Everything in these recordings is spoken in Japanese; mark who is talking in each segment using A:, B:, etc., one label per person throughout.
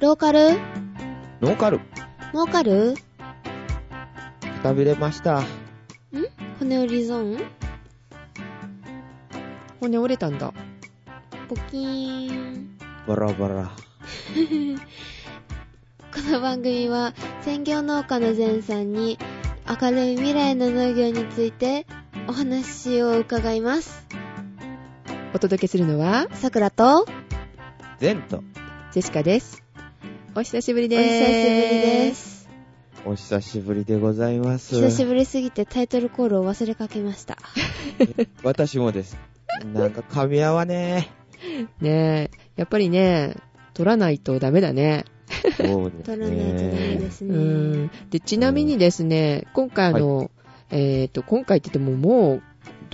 A: ローカル
B: ノーカル。
A: 儲かるん
B: くたびれました。
A: 骨折りゾーン
C: 骨折れたんだ。
A: ポキーン。
B: バラバラ。
A: この番組は専業農家の前さんに明るい未来の農業についてお話を伺います。
C: お届けするのは、
A: さくらと
B: ゼント。
C: ジェシカです。お久しぶり
A: お
C: で
A: 久
C: す。
A: しぶりで。す。
B: お久しぶりでございます。
A: 久しぶりすぎてタイトルコールを忘れかけました。
B: 私もです。なんか噛み合わね
C: ねえ、やっぱりね、撮らないとダメだね。
B: え。そうです
A: 取らないとダメで
B: ね。
A: す
C: う
A: ね。
C: ん。で、ちなみにですね、今回あの、えっ、と、今回って言ってももう、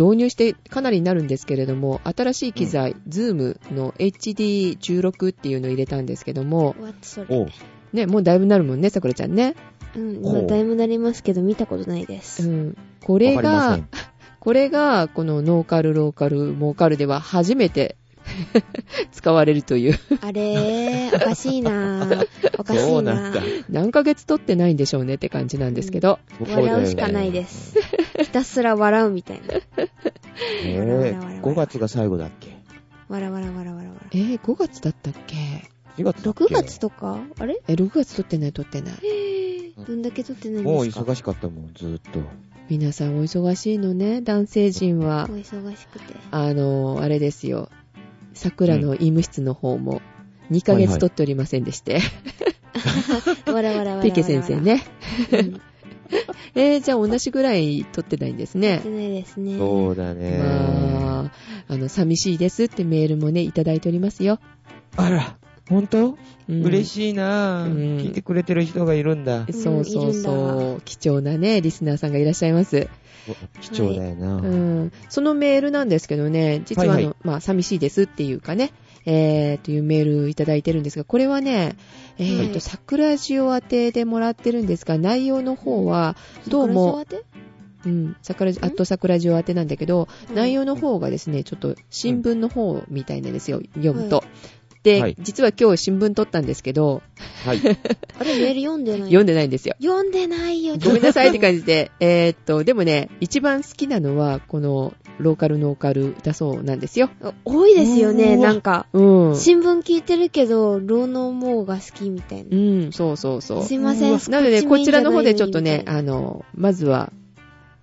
C: 導入してかなりになるんですけれども、新しい機材、Zoom の HD16 っていうのを入れたんですけども、
A: わっそれ。
B: おう
C: ね、もうだいぶなるもんね、さくらちゃんね。
A: うん、
B: ほ
A: 今
B: う
A: だいぶなりますけど見たことないで
C: う
A: す。
C: ん。これ
B: わか
C: が
B: り、ま
C: これが、このノーカル、ローカル、モーカルでは初めて 使われるという。
A: あれー、おかしいな ぁ。おか
B: せん
A: し
B: そう
A: い
B: な
A: なん
B: だ。
A: ぁ。
C: 何ヶ月撮ってないんでしょうねって感じなんですけど。
B: そうだよね
A: 笑うしかないで。す。 ひたすら笑うみたいな。
B: ね
A: 笑
B: え
A: う笑う
B: 5月が最後だっけ
A: わらわらわらわらわら。
C: えー、5月だったっけ
B: ?4 月だっけ
A: 6月とかあれ
C: え、6月撮ってない撮ってない。
A: どんだけ撮ってないん
B: もう
A: ですか
B: 忙しかったもん、ずーっと。
C: 皆さんお忙しいのね、男性陣は
A: お。忙しくて。
C: あのー、あれですよ。桜の医務室の方も2ヶ
B: はいは
C: 月
B: い
C: 撮っておりませんでして。
A: わらわらわらわら。
C: ペケ先生。ね。
A: うん、撮っ
C: えー、じゃあ同じぐらい撮ってないんですね
A: て。ないですね。
B: そうだね。
C: まあ、あの、寂しいですってメールもね、いただいておりますよ。
B: あら、ほんと嬉
C: い。
B: しいなぁ、
C: うん
B: 聞いてくれてる人がいるんだ。
C: そうそう
A: うんい
C: そう。貴重なね、リスナーさんがいらっしゃいます。
B: 貴重だよな、
C: うん。そのメールなんですけどね、実はあの、
B: はいはい
C: まあ、寂しいですっていうかね、えー、というメールいただいてるんですが、これはね、えー、と、
A: はい
C: 桜塩宛てでもらってるんですが、内容の方は、どうも、
A: 桜
C: うん、桜塩、あと桜塩宛てなんだけど、
A: 島で
C: 内容の方がですね、ちょっと新聞の方みたいなんですよ、読むと。
A: は
C: で、
B: はい
C: 実は今日新聞取ったんですけど、
B: はい。
A: あれ、メール読んでない。
C: 読んでない んですよ。
A: 読んでないよ。
C: ごめんなさいって
A: じ。
C: 感じで、えーっと、でもね、一番好きなのは、この、ローカルノーカルだそうなんですよ。
A: 多いですよね、
B: うわ
A: なんか。
C: うん。
A: 新聞聞いてるけど、老能網が好きみたいな
C: う。ん、そうそうそう。
A: すいません、
C: なので、こちらの方でちょっと
A: こっ、
C: ね
A: ちメインじゃないのにみたいな
C: あの、まずは、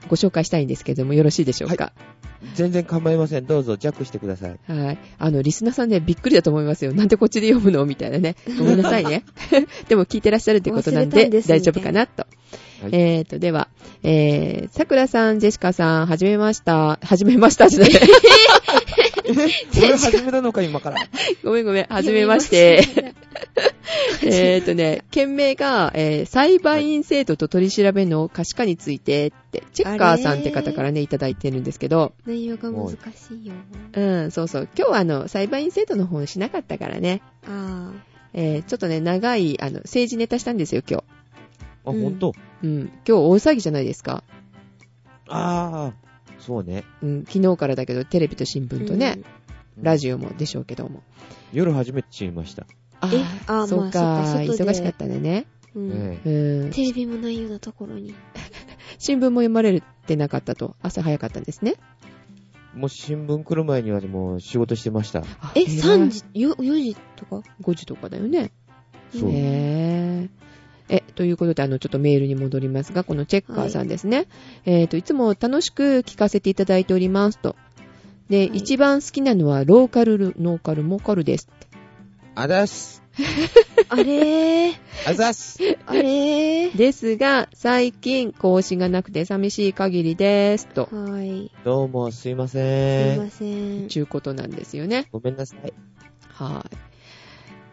C: ご紹介したいんですけども、よろしいでしょうか。
B: 全然構いません。どうぞ、ジャックしてください。
C: はい。あの、リスナーさんね、びっくりだと思いますよ。なんでこっちで読むのみたいなね。ごめんなさいね。 でも聞いてらっしゃるってことなん
A: 忘れ
C: で、
A: たんです
C: 大丈夫かなと。
B: はい
C: えーと、では、えー、さくらさん、ジェシカさん、はじめました。はじめましたじゃない。
B: 俺始めたのか、今から。
C: ごめんごめん、はじめまして。。 えーとね、件名が、えー、裁判員制度と取り調べの可視化についてって、チェッカーさんって方からね、いただいてるんですけど、
A: 内容が難しいよ。
C: うん、そうそう。今日はあの、裁判員制度の方しなかったからね、
A: あ
C: えー、ちょっとね、長い、あの、政治ネタしたんですよ、今日。
B: あ、
A: うん
B: ほんと
C: うん。今日大騒ぎじゃないですか。
B: ああ、そうね。
C: うん。昨日からだけど、テレビと新
A: ー。
C: 聞とね、
B: うん
C: ラジオもでしょうけども。
B: 夜初めて知りました。
C: あ
A: えあー
C: そうか、
A: まあそっか外で
C: 忙しかったんだね。
A: うん。うん
B: ねえ
C: うん。
A: テレビもないようなところに。
C: 新聞も読まれてなかったと、朝早かったんですね。
B: もう新聞来る前にはもう仕事してました。
C: あ
A: え、
C: 偉い
A: 3時、よ4時とか
C: ?5 時とかだよね。
B: そう。
A: ね
C: へーえ、ということで、あの、ちょっとメールに戻りますが、このチェッカーさんですね。えっ、と、いつも楽しく聞かせていただいておりますと。で、
A: はい
C: 一番好きなのは、ローカル、ノーカル、モーカルです。
B: あざっす。
A: あれー、
B: あざっす。
A: あれー。
C: ですが、最近、更新がなくて寂しい限りです。と、
A: はい。
B: どうもすいますせ
A: い
B: ん。
A: ません。
C: ちゅうことなんですよね。
B: ごめんなさい。
C: は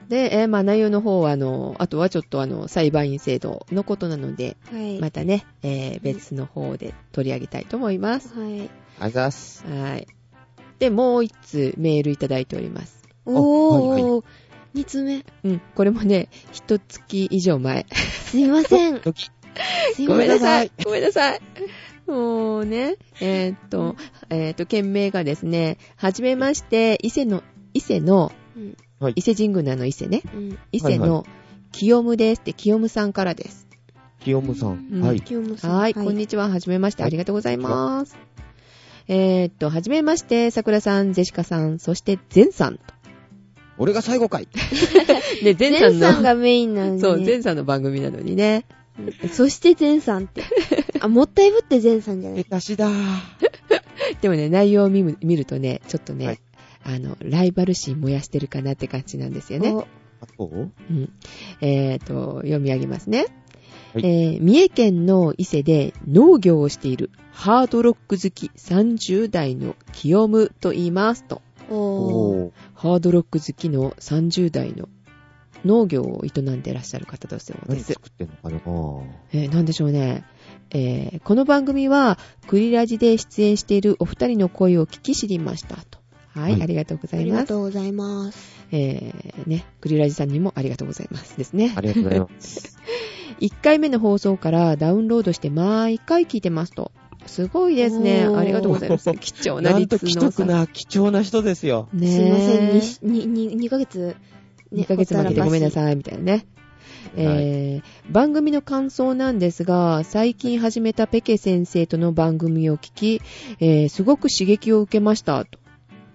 C: い。で、えーまあ内容の方は、あの、あとはちょっとあの、裁判員制度のことなので、
A: はい。
C: またね、えー別の方で取り上げたいと思います。
A: はい。
B: あざっす。
C: はい。で、もう一通メールいただいております。
A: お
B: はい
A: ー、2つ目。
C: うん、これもね、一月以上前。
A: すいませ ん。
B: ドキ。
A: すい
C: ご
A: ま
C: めん
A: せ。
C: なんさい。 ごめんなさい。もうね、えーっと、えーっと、件名がですね、はじめまして、伊勢の、伊勢の、
A: うん
B: はい
C: 伊勢神宮のあの伊勢ね、
A: うん。
C: 伊勢の、きよむですって、きよむさんからです。
B: 清むさん。
C: うん
B: はい。
A: 清本さん
C: はい、こんにちは。はじめまして。
B: は
C: あ
B: い
C: りがとうございます。えー、っと、はじめまして、桜さん、ジェシカさん、そして、ゼンさんと。
B: 俺が最後かい。
C: ね、ゼンさ
A: ゼ
C: ん
A: ンさん
C: の、
A: がメインなんで。
C: そう、ゼンさんの番組なのにね。
A: そしてゼンさんって。あ、もったいぶってゼンさんじゃな
B: 下
A: い。
B: 手しだー。
C: でもね、内容を見る見るとね、ちょっとね、
B: はい
C: あの、ライバル心燃やしてるかなって感じなんですよね。
A: お
B: あそう
C: うん。えー、っと、読み上げますね。
B: はい
C: えー三重県の伊勢で農業をしているハードロック好き30代の清むと言いますと。
A: おー
B: おー。
C: ハードロック好きの30代の農業を営んでいらっしゃる方だそうで
B: 何
C: す。
B: 作ってんのかな
C: えーなんでしょうね。えーこの番組は、クリラジで出演しているお二人の声を聞き知りましたと。はい、
B: はい
C: ありがとうご
A: あ
C: ざい
A: り
C: ま
A: が
C: す。
A: とうございます。
C: えーね、クリラジさんにもありがとうございますですね
B: あ。りがとうございます。
C: 1回目の放送からダウンロードして毎回聞いてますと。すごいですね。
A: おー
C: ありがとうござ います。貴重な
B: なん
C: リ
B: と
C: ツ
B: 貴
C: ノ
B: 重
C: さん。
B: な、貴重な人ですよ。
C: ねえ
A: すいません、2, に2ヶ月、。
C: 2ヶ月待ってごめんないさい、みたいなね。
B: はい。
C: えー番組の感想なんですが、最近始めたペケ先生との番組を聞き、えーすごく刺激を受けました、と。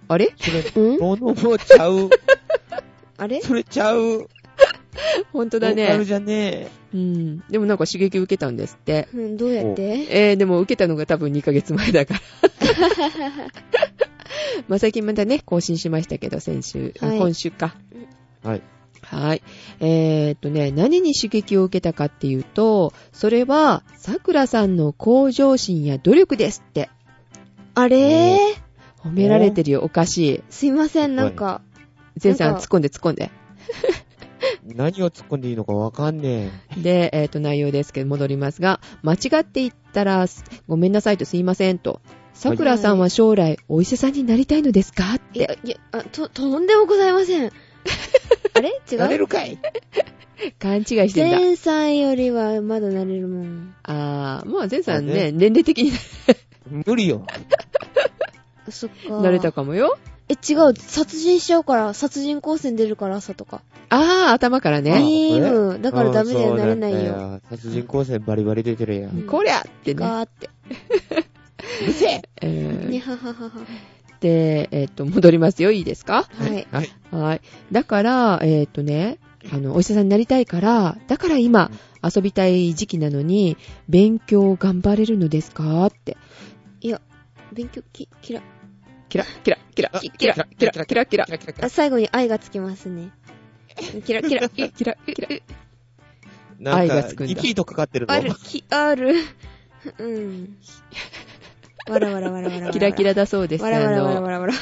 C: あれ
B: それ、
A: うん
B: 物もちゃう。
A: あれ
B: それちゃう。
C: 本
B: そ
C: 当だ
B: ある
C: ね。
B: じゃね
C: うん。でもなんか刺激受けたんですって。
A: うんどうやって
C: えーでも受けたのが多分2ヶ月前 だから。まあ最近またね、更新しましたけど、先週、あ
A: はい
C: 今週か。
B: え。はい。
C: はい。えー、っとね、何に刺激を受けたかっていうと、それは、桜さんの向上心や努力ですって。
A: あれー
C: 褒められてるよ、おかしい。
A: すいません、なんか、
C: ゼンさん、
A: なん
C: 突っ
A: か
C: 込んで突っ込んで。
B: 何を突っ込んでいいのかわかんね
C: で、えっ、と、内容ですけど、戻りますが、間違っていったら、すごめんなさいとすいませんと。さくらさんは将来、お医者さんになりたいのですかっ
A: いや
C: て、、
A: いや、あと、とんでもございません。あれ違
B: え。
A: う
B: なれるかい
C: 勘違いしてんだ。
A: 前歳よりはまだなれるもん。
C: あー、まあ、ゼンさん
B: そう
C: ね、
B: ね
C: 年齢的に
B: 無理よ。
A: そっか。
C: なれたかもよ。
A: え、違う。殺人しちゃうから、殺人光線出るから、朝とか。
C: あー、頭から
A: ビ
C: ね。
A: ーム。だからダメだよ、
B: うん
A: なれない。
B: そう
A: よ。
B: んだ殺人光線バリバリ出てるや。
A: うんん
C: こりゃってね。
A: ガーって。
B: うるせえ
C: えー
A: にはははは。
C: で、えっ、と、戻りますよ。いいですか
A: はい。
B: はい。
C: はい。だから、えっ、とね、あの、お医者さんになりたいから、だから今、遊びたい時期なのに、勉強を頑張れるのですかって。
A: いや、勉強き、きら。
C: キラ、キラ、キラ、キラ、キラ、キラ、キラ、キラ、キラ、
B: キラキ
A: あ、最後に愛がつきますね。
C: キラ、キラ、キラ、キラ、キラ、
B: ラ。
C: 愛
B: な
C: が
B: ん
C: つ
B: か、
C: くんだ
B: 生きとかかってるの
A: ある、き、ある。 うん。わらわらわらわらわら。
C: キラキラだそうです。
A: わらわらわら
C: あの
A: わらわら。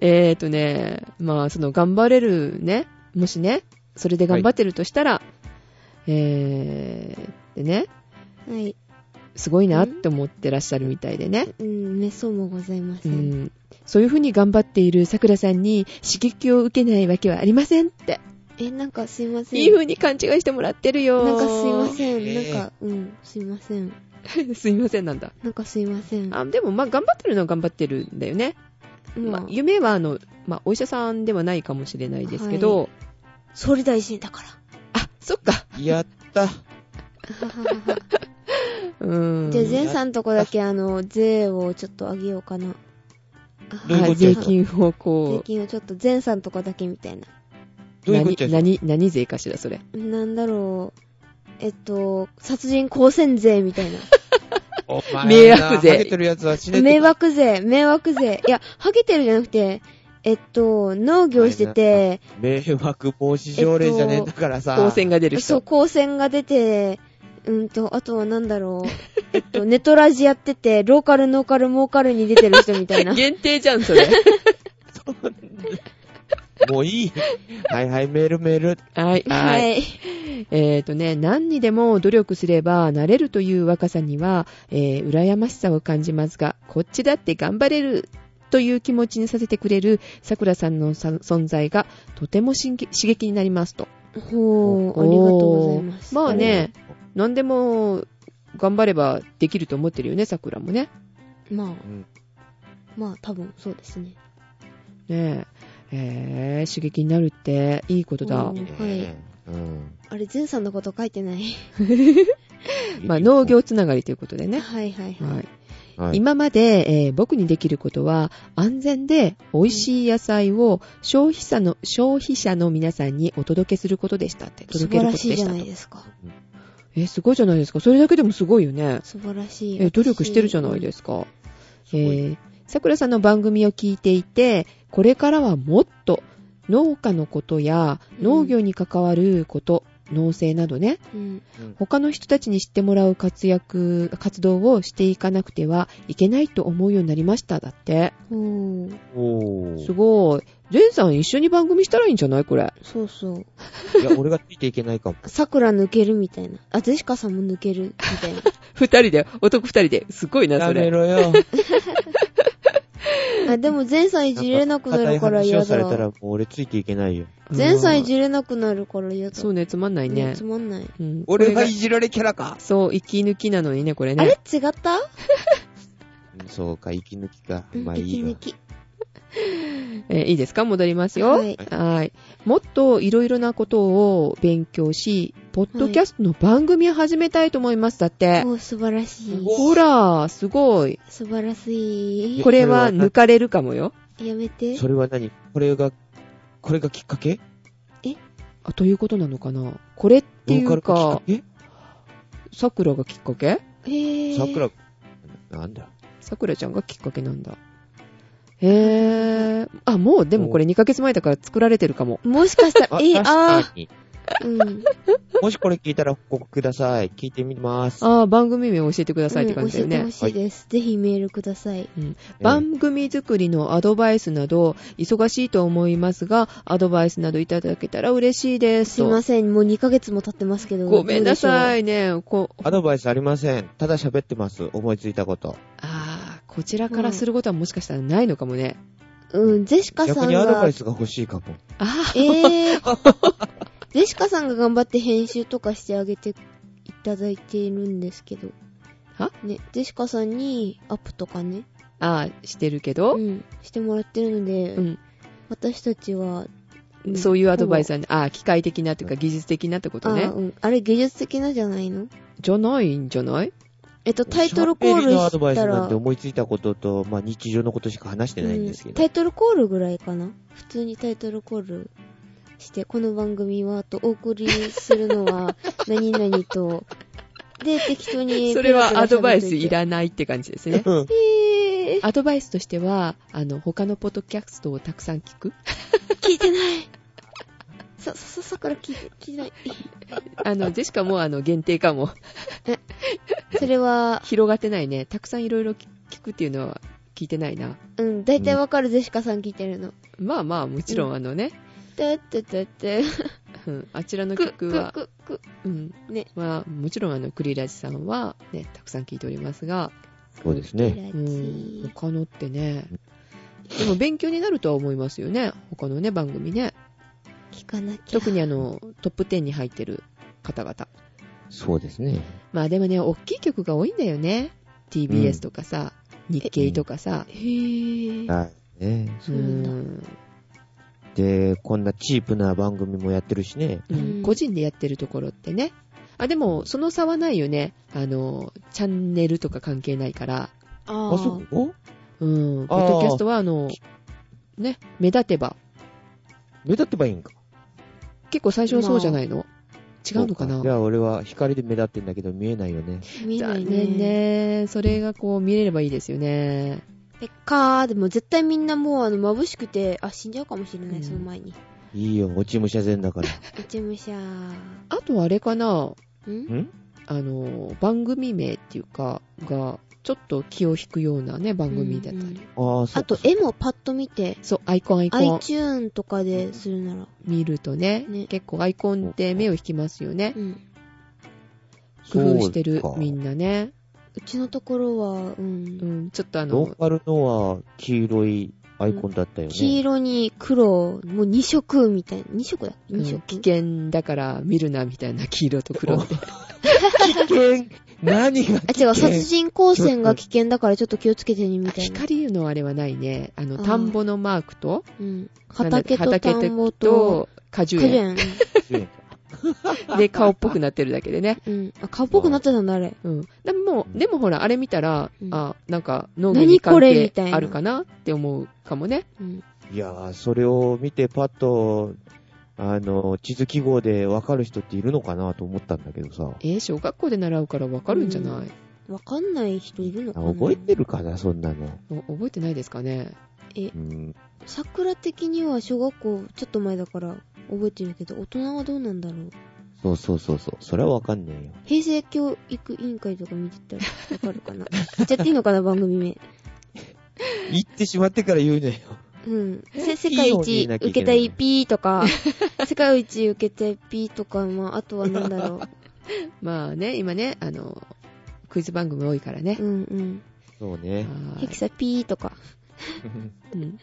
C: えっとね、まあ、その、頑張れるね、もしね、それで頑張ってるとしたら、えー、でね、
A: はい。
C: すごいなって思ってらっしゃるみたいでね。
A: うん、めそうもございま
C: う
A: せん。
C: ん、そういうふうに頑張っているさくらさんに刺激を受けないわけはありませんって、
A: え、なんかすいません。
C: いいふうに勘違いしてもらってるよ。
A: なんかすいま
C: ん。
A: せん。
B: え
A: なん
B: ー
A: か、うん、すいません。
C: すいませんなんだ。
A: なんかすいません。
C: あでも、まあ、頑張ってるのは頑張ってるんだよね。ま
A: ま
C: あ
A: あ、、
C: 夢は、あの、まあ、お医者さんではないかもしれないですけど、
A: 総理大臣だから。
C: あ、そっか。
B: やった。
A: はははは
C: うーん。
A: じゃあ、前さんとこだけ、あの、税をちょっと上げようかな。
B: どういう
C: は
B: こと
C: い、
B: や
C: 税
B: った
C: 金を
A: 税
C: こう、
A: 金をちょっと前さんとこだけみたいな。
B: どういうこと
C: 何、
B: や
C: 何、何税かしら、それ。
A: なんだろう。えっと、殺人公選税みたいな。
B: お前な
C: 迷惑税
B: ハゲてるやつは死ねって
A: 迷惑税、迷惑税。いや、ハゲてるじゃなくて、えっと、農業してて、
B: 迷惑防止条例じゃねえんだからさ。
C: 光線が出る
A: そう、
C: 人。
A: 光線が出て、うんと、あとはなんだろう。えっと、ネトラジやってて、ローカル、ノーカル、モーカルに出てる人みたいな。
C: 限定じゃん、それ。
B: もういい。はいはい、メールメール。
C: はい、
A: は。い。
C: えー、とね、何にでも努力すればなれるという若さには、えー、羨ましさを感じますが、こっちだって頑張れるという気持ちにさせてくれる桜さんのさ存在がとても刺激刺激になりますと。
A: ほう、ありがとうございます。
C: まあね、何でも頑張ればできると思ってるよね、桜もね。
A: ま
B: う
A: あ、
B: ん。
A: まあ、多分そうですね。
C: ねえ。えー、刺激になるっていいことだ。
A: うんはい
B: えうん。
A: あれ、ズンさんのこと書いてない。
C: まあ、農業つながりということでね。
A: はいはいはい。
C: はい、
B: はい。
C: 今まで、えー僕にできることは安全で美味しい野菜を消費者の消費者の皆さんにお届けすることでしたって
A: 素
C: 届け
A: 晴
C: るこ
A: ら
C: と
A: しい
C: で
A: じ
C: し
A: ゃ
C: た
A: な
C: と
A: いですか。
C: えすごいじゃないですかそれだけでもすごいよね
A: 素晴らしい。
C: え努力してるじゃないですかえーさくらさんの番組を聞いていてこれからはもっと農家のことや農業に関わること、農政などね
A: す。うん。
C: 他の人たちに知ってもらう活躍活動をしていかなくてはいけないと思うようになりましただって
A: おー
B: おー
C: すごい。ゼンさん一緒に番組したらいいんじゃないこれ。
A: そうそう。
B: いや、俺がついていけないかも。
A: 桜抜けるみたいな。あ、ゼシカさんも抜けるみたいな。
C: 二人で、男二人で。すごいな、
B: や
C: そ
B: め
C: れ。
B: ろよ。
A: あでも前歳いじれなくなるから嫌
B: 硬い話をされたら
A: だ。
B: もう俺ついていけないよ。
A: 前歳い
C: うん
A: じれなくなるから嫌だ。
C: そうね、つまんない
A: うん
C: ね
A: つ。まんない。
C: うん
B: 俺
C: こ
B: が
C: れ
B: いじられキャラか。
C: そう、息抜きなのにね、これ
A: あれ
C: ね。
A: 違った
B: うんそうか、息抜きか。
A: うん
B: まあいい
A: 息
B: わ
A: 抜。き。
C: えーいいですか戻りますよ。
A: は
C: はい
A: い。
C: はい。もっといろいろなことを勉強し、ポッドキャストの番組を始めたいと思います。だって。
A: おー素晴らし
B: す
A: い
B: ご。い
C: ほら、すごい。
A: 素晴らしい。
C: これ
B: そ
C: は
B: れはな
C: 抜かれるかもよ。
A: やめて。
B: それは何これが、これがきっかけ
C: あ、ということなのかなこれってい
B: ボー
C: う
B: カ
C: か、
B: ルがきっか
C: 桜がきっかけ
A: へぇ
B: け
A: ー。
B: 桜、なんだ
C: さくらちゃんがきっかけなんだ。へー。あ、もうでもこれ2ヶ月前だから作られてるかも。
A: もしかしたら、
B: あ
A: えー、
B: 確
A: あ
B: かに。
A: ー。うん。
B: もしこれ聞いたら報告ください。聞いてみます。
C: あー番組名教えてくださいって
A: う
C: 感
A: ん
C: じだよ
A: 教えて
C: ね
A: ほ。しいです。ぜひメールください。
B: えー
C: 番組作りのアドバイスなど、忙しいと思いますが、アドバイスなどいただけたら嬉しいです
A: すい
C: と。
A: ません、もう2ヶ月も経ってますけど。
C: ごめんなさ
A: い。
C: いね。こ
B: アドバイスありません。ただ喋ってます。思いついたこと。
C: あーこちらからすることはもしかしたらないのかもね。
A: うん、ゼシカさ
B: 逆
A: ん
B: にアドバ
A: が
B: イ、スが欲しいかも。
C: あー
A: えー、ゼシカさんが頑張って編集とかしてあげていただいているんですけど。
C: は
A: ね、ゼシカさんにアップとかね、
C: あーしてるけ
A: う
C: ど、
A: ん、してもらってるので、
C: うん
A: 私たちは、ん
C: そういうアドバイスはね、あー機械的なというか技術的なってこと
A: あ,、
C: ね。
A: うん、あれ芸術的なじゃないの
C: じゃないんじゃない
A: えっと、タイトルコー
B: 喋り
A: ル
B: のアドバイ
A: し
B: ス
A: た
B: なん
A: ら
B: て、思いついたことと、まあ日常のことしか話してないんですけ
A: うん
B: ど。
A: タイトルコールぐらいかな普通にタイトルコールしてこの番組はとお送りするのは何々とで適当に
C: それはアドバイスい
A: ん
C: らないって感じですね。
B: うん
A: えー、
C: アドバイスとしては、あの、他のポッドキャストをたくさ ん聞く。
A: 聞いてないささささから聞いて聞いてない
C: あの、ジェシカもあの、限定 かも。
A: それは
C: 広がってないね。たくさんいろいろ聞くっていうのは聞いてないな。
A: うん大体わかるゼシカさん聞いてるの
C: まあまあ、もちろんあのね、
A: だってだって
C: うん、あちらの
A: く
C: 曲
A: く
C: は、
A: くく
C: うん、
A: ね
C: まあ、もちろんあの、クリラジさんはね、たくさん聞いておりますが、
B: そうですね。
C: うん、他のってね、でも勉強になるとは思いますよね。他のね、番組ね。
A: 聞かなきゃ
C: 特にあの、トップ10に入ってる方々。
B: そうですね。
C: まあでもね、大きい曲が多いんだよね。TBS とかさ、日経とかさ。
A: へー
B: はい。ね。
A: そうなんだ
C: うん
B: で、こんなチープな番組もやってるしね。
C: うん
A: うん
C: 個人でやってるところってね。あ、でも、その差はないよね。あの、チャンネルとか関係ないから。
A: あ
B: あ、そこ
C: うん。
B: あー
C: ポッドキャストは、あの、ね、目立てば。
B: 目立てばいいんか。
C: 結構最初はそうじゃないの、違うのか
B: そ
C: な
B: じゃあ俺は光で目立ってんだけど見えないよね。
A: 見えない
C: 残
A: ね
C: 念ね。それがこう見れればいいですよね。
A: でかーでも絶対みんなもうあの眩しくてあ死んじゃうかもしれない、
C: うん
A: その前に
B: いいよ、落ち武者前だから。
A: うちむしゃー
C: あとあれかなん
B: ん
C: あの、番組名っていうか、が、ちょっと気を引くようなね、番組だったり。
A: うんうん
B: ああ、そ
A: あ
B: う
A: と絵もパッと見て
C: そう、アイコンアイコン
A: iTune とかでするなら
C: 見るとね、
A: ね
C: 結構アイコンって目を引きますよね
A: う。ん
C: 工夫してる
B: そうか
C: みんなね、
A: うちのところはう
C: うんん、ちょっとあ
B: ロ
C: の
B: ーカルのは黄色いアイコンだったよね。
A: 黄色に黒もう2色みたいな2色だっけ
C: うん
A: 2
C: 危
A: 色、
C: 険だから見るなみたいな黄色と黒って
B: 危険 何が
A: あ
B: 危
A: 違
B: 険
A: う殺人光線が危険だからちょっと気をつけてねみたいな、
C: 光のあれはないねあの
A: あー
C: 田んぼのマークと
A: うん、
C: なんだっけ
A: 畑と田んぼ
C: 畑
A: と
C: と果
A: 果
C: 樹園
A: 樹園
B: 人
C: で、顔っぽくなってるだけでね。
A: うん。あ、顔っぽくなってたんだ、あれ。
C: うん。でもも
B: うん
C: う、でもほら、あれ見たら、
A: うん
C: あ、なんか、農業に
A: 何こ
C: 関
A: れ
C: 係
A: みたいな
C: あるかなって思うかもね。
A: うん。
B: いやー、それを見てパッと、あの、地図記号でわかる人っているのかなと思ったんだけどさ。
C: えー小学校で習うからわかるんじゃない、
A: わかんない人いるのか
B: あ
A: な
B: 覚えてるかな、そんなの。
C: お覚えてないですかね。
B: うん。
A: 桜的には小学校ちょっと前だから覚えてるけど、大人はどうなんだろう。
B: そうそうそうそう。それはわかんねえよ。
A: 平成教育委員会とか見てたらわかるかな。言っちゃっていいのかな、番組名。
B: 言ってしまってから言うなよ。
A: うん。せ世
B: いい
A: 界
B: ように言
A: 一
B: いなきゃ
A: 受
B: いけ
A: け
B: な
A: た
B: い
A: い P とか、 世界一受けたい P とか、まあ、あとはなんだろ
C: まあね、今ね、あの、クイズ番組多いからね
A: う。。うんうん。
B: そう ね。
C: はい
A: ヘキサ P とか。
C: うん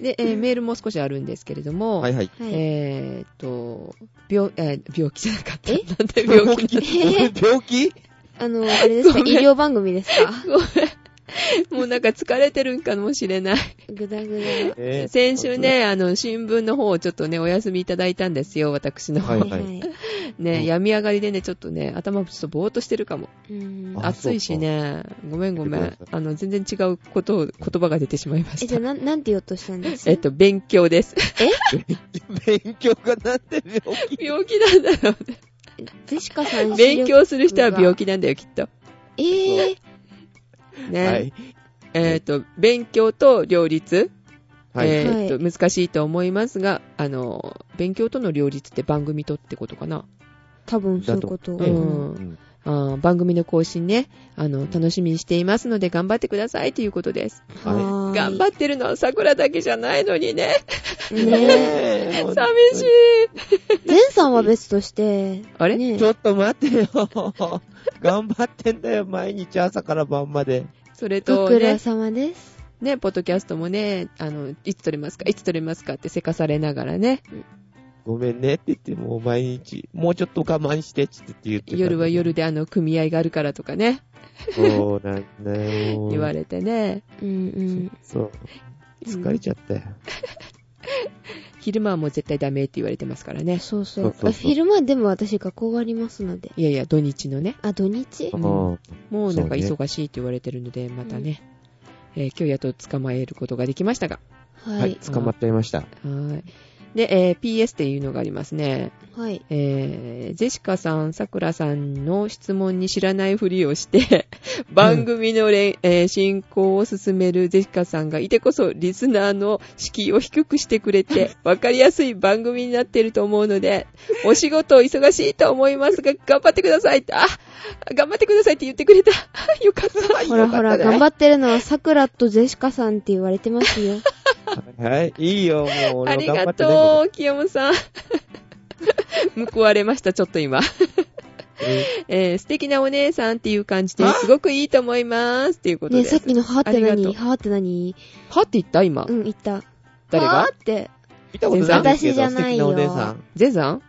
C: で、えーメールも少しあるんですけれども、
B: はいはい。
A: はい。
C: えーっと、病、えー病気じゃなかった。
A: え
C: なんで病気
A: えー
B: 病気
A: あの、あれですか、
C: ごめん
A: 医療番組ですか
C: もうなんか疲れてるんかもしれない。
A: ぐだぐだ。
B: えー
C: 先週ね、あの、新聞の方をちょっとね、お休みいただいたんですよ、私の。
B: はいはい
A: い。
C: ね、
B: うん
C: 病み上がりでね、ちょっとね、頭ちょっとぼーっとしてるかも。
A: うん
B: あ
C: 暑いしね、ごめんごめ
B: 見て
C: ん
B: くだ。
C: あの、全然違うことを、言葉が出てしまいま
A: え、
C: し
A: じゃあ、
C: た。
A: なん、なんて言おうとしたんです
C: えっと、勉強 です。
B: 勉強がなんで病気
C: 病気なんだろうね。
A: ジェシカさん、
C: 勉。強する人は病気なんだよ、きっと。
A: えー、
C: ね。
B: はい。
C: えっ、と、勉強と両立、
B: はい。
C: えっ、と、難しいと思いますが、あの、勉強との両立って番組とってことかな。
A: 多分そういうこと。
B: だ
C: う
B: と
A: うん
C: ん
B: うん
C: あー番組の更新ね、あの、楽しみにしていますので頑張ってくださいということです。
B: は
A: はーい。
C: 頑張ってるのは桜だけじゃないのにね。
B: い。
A: ねえ。
B: え
C: 寂しい。
A: ゼンさんは別として、
C: あれ、
A: ね
B: ちょっと待ってよ。 頑張ってんだよ、毎日朝から晩まで。
C: それ
A: ご
C: と
A: 苦労
C: ね、
A: 様です。
C: ね、ポッドキャストもね、あの、いつ撮れますかいつ撮れますかってせかされながらね、
B: ごめんねって言って、もう毎日、もうちょっと我慢してって言って言ってた
C: 夜は夜。であの、組合があるからとかね、
B: そうなんだよ。
C: 言われてね、
A: うんうん。
B: そう。疲れちゃったよ。
C: 昼間はもう絶対ダメって言われてますからね。
A: そうそ
B: そうう。そうそう
A: あ昼間でも私学校がありますので。
C: いやいや、土日のね、
A: あ、土日
B: う
C: う
B: んん。
C: もうなんか
B: そうね
C: 忙しいって言われてるので、またね、えー今日やっと捕まえることができましたが、
A: は
B: はいい、。捕まっちゃいました。
C: はーい。で、えー PS っていうのがありますね。
A: はい。
C: えージェシカさん、さくらさんの質問に知らないふりをして、番組のれん、えー進行を進めるジェシカさんがいてこそ、リスナーの敷居を低くしてく れて、わかりやすい番組になっていると思うので、お仕事忙しいと思いますが、頑張ってくださいあ、頑張ってくださいって言ってくれた。 よかった。
A: ほらほら、頑張ってるのは桜とゼシカさんって言われてます よ。
B: はい、いいよ、もう
C: あ
B: 俺
C: り
B: は頑張
C: が
B: ってな
C: とう、清山さん。 報われました、ちょっと今。
B: い
C: えー素敵なお姉さんっていう感じですごくいいと思いますっていうこと
A: ね
C: で
A: さっ
C: す。
A: きのはーって
C: ありが
A: 何
C: と
A: はーって何
C: はって言った今
A: う。ん、言った。
C: 誰が
A: はーって。
B: けど。見たことないんですけ
A: 私
B: ど
A: じゃないよ
B: 素敵な
C: ゼンさん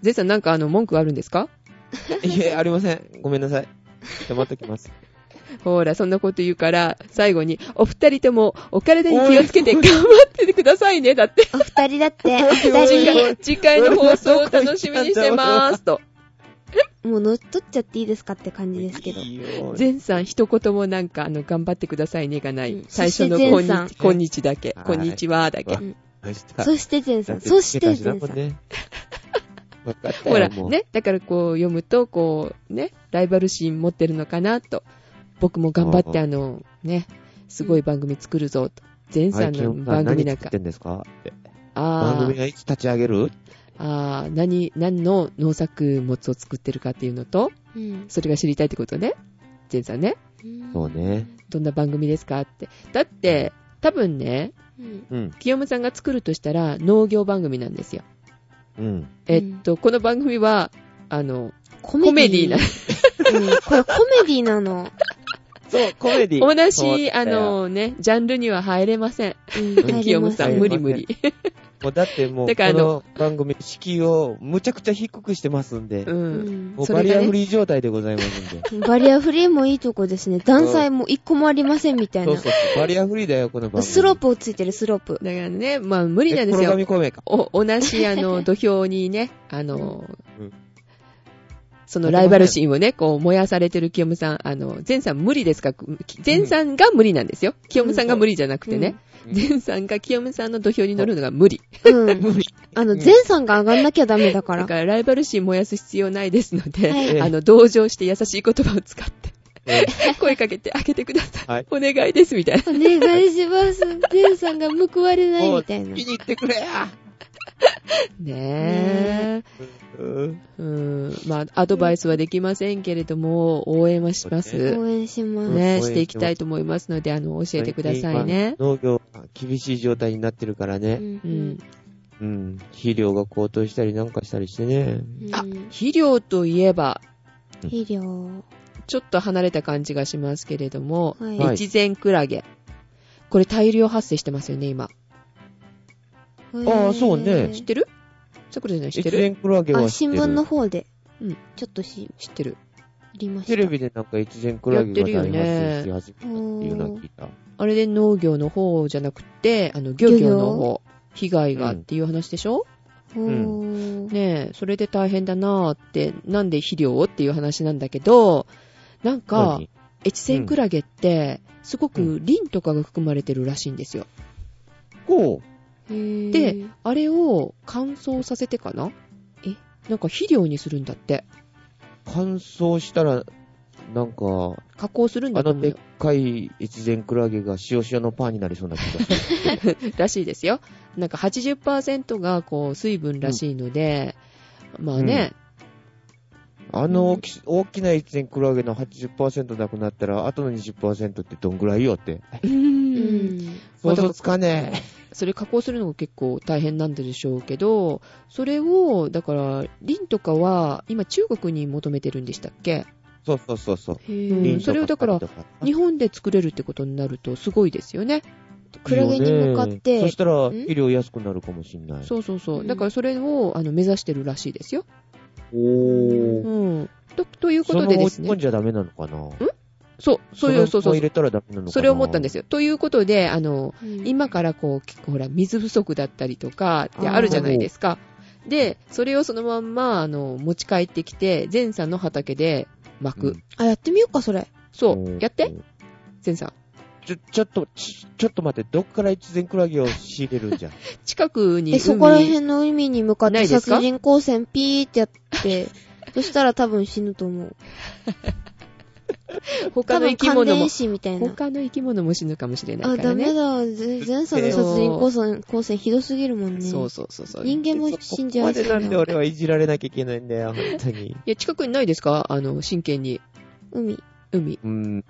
C: ゼンさんなんかあの文句あるんですか
B: お姉さん。いえ、ありません。ごめんなさい。黙っときます。
C: ほら、そんなこと言うから、最後に、お二人ともお体に気をつけて頑張っててくださいね。だって、
A: お二人だ って、お
B: お
A: 二
C: 次
B: い
A: 人。
C: 回次回の放送を楽しみにしてますと。
A: もう乗っ取っちゃっていいですかって感じですけど。
B: いいよ
C: ゼンさん一言もなんか、あの、頑張ってくださいねがな
A: う
C: い
A: ん。
C: 最初
A: そ
C: の
A: して
C: こん
A: ゼンさん
C: にち、こんにちだけ
B: は。い
C: こんにちはだけ。
B: 明日
A: そしてゼンさ
B: だっ
A: ん。そして
B: 下
A: ゼ
B: 手
A: ンさ
B: だもん
A: ん。
B: ね。わかったよ
C: ほら、
B: もう
C: ね、だからこう読むと、こう、ね、ライバル心持ってるのかなと。僕も頑張って、
B: あ
C: あの、ね、すごい番組作るぞと。前さんの番組な
B: 何
C: ん
B: 作
C: か
B: って。んですかって番
C: あ
B: 組がいつ立ち上げる
C: あ、ああ、何、何の農作物を作ってるかっていうのと、
A: うん。
C: それが知りたいってことね。前さんね、
B: そうね。
C: どんな番組ですかって。だって、多分ね、
A: うん。
B: うん、
C: 清山さんが作るとしたら農業番組なんですよ。
B: うん。
C: えっと、この番組は、あの、
A: コ
C: コメディーな
A: うん、これコメディーなの。
B: そう、コメディ。
C: 同
B: そうだ
C: じ、
B: よ
C: あ、のね、ジャンルには入れません。
A: うん、
B: ん
A: 入
C: キ
A: り
C: ヨ
A: ま
C: ム
A: す
C: さん、
B: 入
C: 無
B: り
C: 理無理。
B: もうだってもう、
C: だからあ
B: こ
C: の
B: の番組、敷居をむちゃくちゃ低くしてますんで、
C: う。
A: うんん
B: もう
C: それが
B: バ
C: ね
B: リアフリー状態でございますん で。
A: バリアフリーもいいとこですね。段差も一個もありませんみたい
B: そう
A: な
B: そう。そう、バリアフリーだよ、この番組。
A: スロープをついてるスロープ。
C: だからね、まあ無
B: え、
C: 理なんです
B: 黒
C: よ。
B: 髪公明か。
C: お、同じあの土俵にね、あの
B: うん、
C: そのライバル心をね、こう燃やされてる清ムさん、あの、前さん無理ですか前さんが無理なんですよ。清ムさんが無理じゃなくてね。
B: うん
C: 前さんが清ムさんの土俵に乗るのが無理。
A: うん。あの、前さんが上がんなきゃダメだか
C: だ
A: ら。
C: からライバル心燃やす必要ないですので、
A: はい
C: あの、同情して優しい言葉を使って、
B: え
C: 声かけてあげてください。
B: はい
C: お願いです、みたいな。
A: お願いします。前さんが報われない
B: も
A: み
B: う、
A: たいな
B: 見。に行ってくれや
C: ねえ。
B: うん
C: うん。まあ、アドバイスはできませんけれども、応援はしま。
B: そうです
A: 応援します。
B: う
C: ね
B: ん
C: していきたいと思いますので、あの、教えてくださいね。
B: 農業が厳しい状態になってるから
A: う
B: ね、
A: ん
C: う
A: うんん。
B: うん、肥料が高騰したりなんかしたりしてね、
C: あ肥料といえば、
A: 肥料。
C: ちょっと離れた感じがしますけれども、
A: はい
B: はい
C: 越前クラゲ。これ大量発生してますよね、今。
B: ああそうね
C: 知ってるさくらちゃん知っ
B: 越
C: てる
B: 前クラゲは知って
A: あ、
B: る
A: 新聞の方で。
C: うん
A: ちょっと知
C: 知ってる。
A: りました。
B: テレビでなんか越前クラゲが大発生し始めたっていうのは聞いた。
C: あれで農業の方じゃなくて、あの、漁業の
A: 漁
C: 方、被害が
B: う
C: っ
B: ん
C: ていう話でしょ、
A: おー。
C: ねえ、それで大変だなーって、なんで肥料をっていう話なんだけど、なんか、
B: 何
C: 越前クラゲって、すごくリンとかが含まれてるらしいんですよ。
B: こ
A: へー
C: で、あれを乾燥させてかなえなんか肥料にするんだって。
B: う、乾燥したら、なんか、
C: 加工するんだ
B: あ
C: と
B: の
C: 思う
B: でっ
C: よ。
B: かい越前クラゲが塩塩のパーになりそうな気が する。
C: らしいですよ。なんか80%がこう水分らしいので、まあね、
B: あの大き大きな越前クラゲの80%なくなったら、あとの20%ってどんぐらいよ って。
A: う
C: うん
A: ん。
B: 想像つかね
C: それ加工するのが結構大変なんでしょうけど、それを、だから、リンとかは今中国に求めてるんでしたっけ
B: え。そうそうそうそう。
A: へ
C: うん
A: ー
C: それをだから
B: リンとか
C: 日本で作れるってことになるとすごいですよね。
A: クラゲに向かって
B: いいよねそしたら、肥料安くなるかもしんない。
C: そうそうそうう。
A: ん
C: だからそれをあの目指してるらしいですよ。
B: おー。
C: うん。とというこ
B: そ
C: と
B: の
C: で
B: まま
C: で
B: 落
C: す
B: ち込ん
C: ね。
B: じゃダメなのかな
C: そう、そういう、そう
B: その
C: そ
B: まんま入
C: うそう。
B: れたらダメなのかな
C: それを思ったんです
B: よ。
C: よ。ということで、あの、
A: うん
C: 今からこう、結構ほら、水不足だったりとかって
A: あー
C: あるじゃないですか。で、それをそのまんま、あの、持ち帰ってきて、前さんの畑で巻く。
B: うん
A: あ、やってみようか、それ。
C: そう
B: お、ー
C: やって、前さん。
B: ちょ、ちょっと、ち、ちょっと待って、どっから越前クラゲを仕入れるんじゃん。
C: 近くに
A: え、
C: 海。
A: そこら辺の海に向かっ
C: な
A: て
C: いですか
A: 殺人光線ピーってやって、そしたら多分死ぬと思う。多
C: 他の
A: 分
C: 生き
A: 感
C: 物も
A: 電。死みたいな。
C: 他の生き物も死ぬかもしれな
A: あ、
C: いから
A: ダメ
C: ね。
A: だ。ぜ前さんの殺人光線、光線ひどすぎるもんね。
C: そうそうそうそう。
A: 人間も死んじゃう
B: ここまでなんで俺はいじられなきゃいけないんだよ、本当に。
C: いや、近くにないですかあの、真剣に、
A: 海。
C: 海。
B: うん。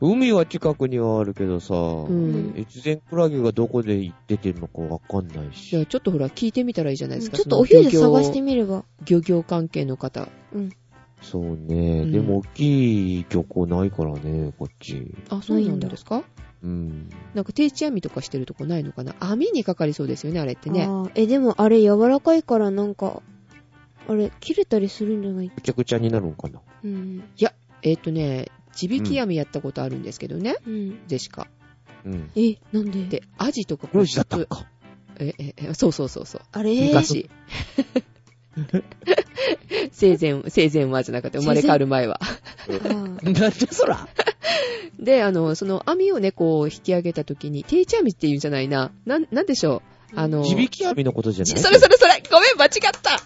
B: 海は近くにはあるけどさ、
C: うん。
B: 越前クラゲがどこで行っててるのかわかんない
C: じゃあ、
B: し。
C: ちょっとほら、聞いてみたらいいじゃないですか。
A: ちょっとお昼で
C: その漁
A: 探
C: 業
A: してみれば。
C: 漁業関係の方。
B: そうね、
C: うん
B: でも大きい漁港ないからね、こっち。
C: あ、そうなんですか
B: うん。
C: なんか定置網とかしてるとこないのかな網にかかりそうですよね、あれって
A: あ
C: ね。
A: ーえ、でもあれ柔らかいからなんか、あれ、切れたりするんじゃない
B: ぐちゃぐちゃになるんかな。
A: うん。
C: えっ、とね、地引き網やったことあるんですけどね、
A: うん。
C: ジェシカ。
B: うん。
A: え、なんで
C: で、アジとかこう
B: 漁師だったのか。
C: え、え、え、そうそうそうそう。
A: あれ
C: 昔。 生前、生前はじゃなくて、生まれ変わる前は。
A: あー
B: なんでそら
C: で、あの、その網をね、こう引き上げた時に、定置網って言うんじゃないな。なん、なんでしょう。あの、
B: 地引き網のことじゃない
C: それそれそれごめん、間違った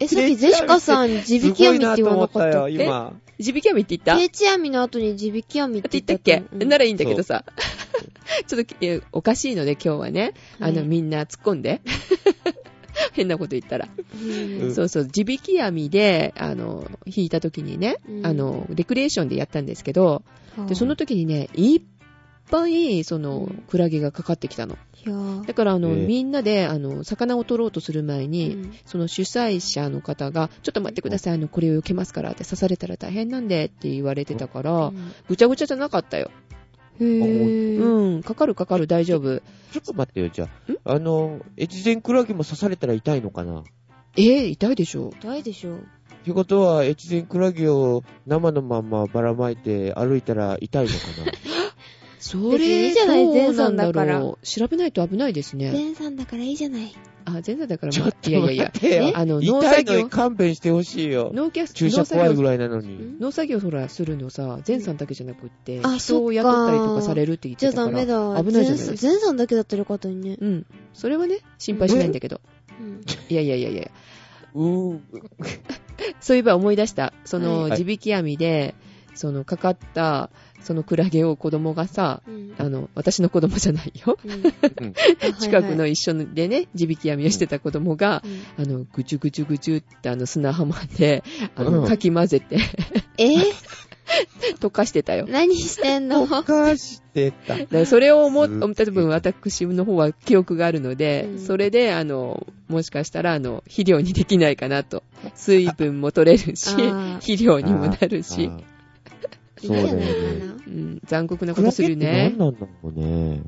A: え、さっきゼシカさん、地引き網って言わなかったっ
B: す
A: け
B: ごいなと思っ
C: 地引き網って言った
A: 定置網の後に地引き網っ
C: って言
A: て
C: った
A: 言
C: っ
A: った
C: け
A: と、思う
C: ならいいんだけどさ。 ちょっとえおかしいので今日はね、あの、
A: はい
C: みんな突っ込んで。 変なこと言ったら。
A: うん
B: うん
C: そうそう、地引き網で、あの、引いた時にね、
A: うん
C: あの、レクリエーションでやったんですけど、で、その時にね、いっぱい、その、クラゲがかかってきたの。
A: いやー
C: だから、あの、
B: ええ
C: みんなで、あの、魚を取ろうとする前に、
A: うん
C: その主催者の方が、ちょっと待ってください、あの、これを避けますからって刺されたら大変なんでって言われてたから、ぐちゃぐちゃじゃなかったよ。
A: へぇー。
C: うん、かかるかかる、大丈夫。
B: ちょっと待ってよ、じゃあ。あの、越前クラゲも刺されたら痛いのかな
C: えー、痛いでしょ
A: 痛いでしょ。
B: ってことは、越前クラゲを生のままばらまいて歩いたら痛いのか な
C: そ
A: 別にい
C: れ、
A: いじゃない
C: どうなん
A: 前
C: だ
A: 山だから
C: ろう。調べないと危ないですね。
A: ベンさんだからいいじゃない。
C: あ、前座だから、
B: ちょ
C: ま
B: っ
C: あ、い
B: と
C: やいや
B: 待
C: いや
B: っ。てよ。
C: あの、農
B: 痛
C: 作
B: いの
C: 業
B: に、勘弁してほしいよ。
C: 農キャス
B: 注射
C: 農作
B: 怖いぐ
C: 業、
B: らいなのに。
A: ん
C: 農作業ほら、するのさ、前さんだけじゃなくって、
A: あ
C: 人を雇ったりとかされるって言っ
A: じゃ
C: て
A: あ
C: たか
A: ダ
C: ら。
A: メだ。
C: 危ないじゃない
A: 全全さんだけだったらよかったのにね。
C: うん。それはね、心配しないんだけど。
A: うん。
C: いやいやいやいや。
B: うーん。
C: そういえば思い出した。その、
B: はい
C: 地引き網で、その、かかった、そのクラゲを子供がさ、
A: うん。
C: あの、私の子供じゃないよ。
A: うん
B: うん
C: 近くの一緒でね、地引き網をしてた子供が、
A: うん
C: あの、ぐちゅぐちゅぐちゅってあの砂浜で、あの、
B: うん
C: かき混ぜて、
A: えー
C: 溶かしてたよ。
A: 何して んの
B: おかしてた。
C: だからそれを思っ
B: すっげえ
C: 多分私の方は記憶があるので、
A: うん
C: それで、あの、もしかしたら、あの、肥料にできないかなと。水分も取れるし
A: あー、
C: 肥料にもなるし、
B: あー
A: いい
B: そ
A: ん
B: う
A: じゃ
B: だよ
A: ないか
B: ね。
A: な。
C: うん、残酷なこ
B: ク
C: と
B: ラ
C: す
B: ゲ
C: る
B: って何
C: ね。
B: なんだろうね。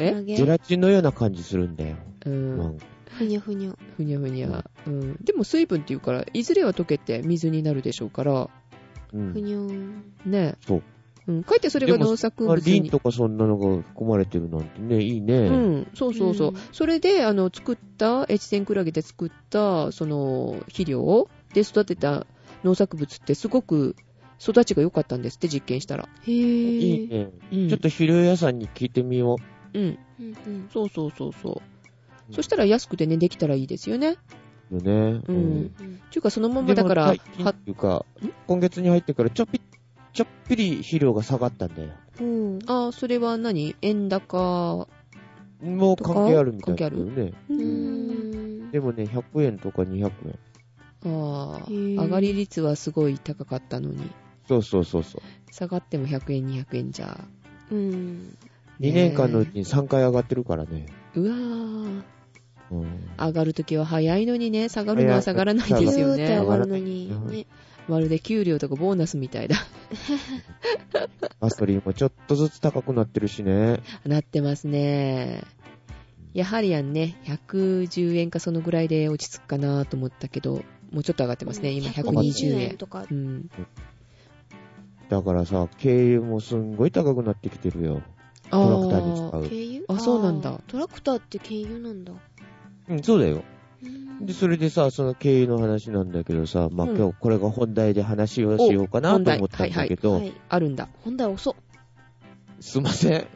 C: え
B: ゼラチンのような感じするんだよ。
C: う
B: なん
C: ん、
B: か
A: ふにゃふにゃ。
C: ふにゃふにゃ。うん。でも水分っていうから、いずれは溶けて水になるでしょうから、
B: う
A: ふ
B: ん。
A: にゃー。
C: ね。
B: そう。
C: うん、かえってそれが
B: でも
C: 農作
B: まあ
C: 物
B: リン
C: に。
B: とかそんなのが含まれてるなんてね、いいね。
C: うん、そうそうそう。
A: うん
C: それで、あの、作った、越前クラゲで作った、その、肥料で育てた農作物ってすごく育ちが良かったんですって、実験したら。
A: へ
B: いい
A: ぇー。
B: ね。
C: うん。
B: ちょっと肥料屋さんに聞いてみよう。
C: うん。
A: うんうん
C: そうそうそうそうう。
B: ん
C: そしたら安くてね、できたらいいですよね。
B: よね。
C: うん
A: うん
C: ちゅうか、そのまま
B: で
C: だ
B: も
C: から、
B: 最近っ
C: は
B: ていうか、今月に入ってからちょっぴ、ちょっぴり肥料が下がったんだよ。
A: ほう。
C: あーそれは何円高。
B: もう
C: とか
B: 関係あるみたいだよ
C: 関
B: ね。
C: う
A: うー
C: ん。
A: ん。
B: でもね、100円とか200円。
C: ああ、
A: へー
C: 上がり率はすごい高かったのに、
B: そうそうそうそう。
C: 下がっても100円、200円じゃ。
A: うん。
C: ねえ
B: 2年間のうちに3回上がってるからね。
C: うわー。
B: うん。
C: 上がるときは早いのにね、下がるのは下がらない
B: い
C: で
B: や
C: すよ
A: ずーっと上
C: ね。
A: がるのに。ね。
C: まるで給料とかボーナスみたいだ。
B: ガソリンもちょっとずつ高くなってるしね。
C: なってますね。やはりやんね、110円かそのぐらいで落ち着くかなと思ったけど、もうちょっと上がってますね、今120
A: 120
C: 円。
A: とか
C: う。ん。
B: だからさ、経由もすんごい高くなってきてるよ。
C: あ
B: トラクターに使
C: ー
B: う。
A: 軽油
C: あそうなんだ
A: あートラクターって軽油なんだ。
B: うん、そうだよ。
A: うーん
B: で、それでさ、その経営の話なんだけどさ、まあ、
C: うん
B: 今日これが本題で話をしようかな
C: お本
B: と
C: 題
B: 思ったんだけど、
A: はい。
C: あるんだ。
A: 本題遅っ。
B: すいません。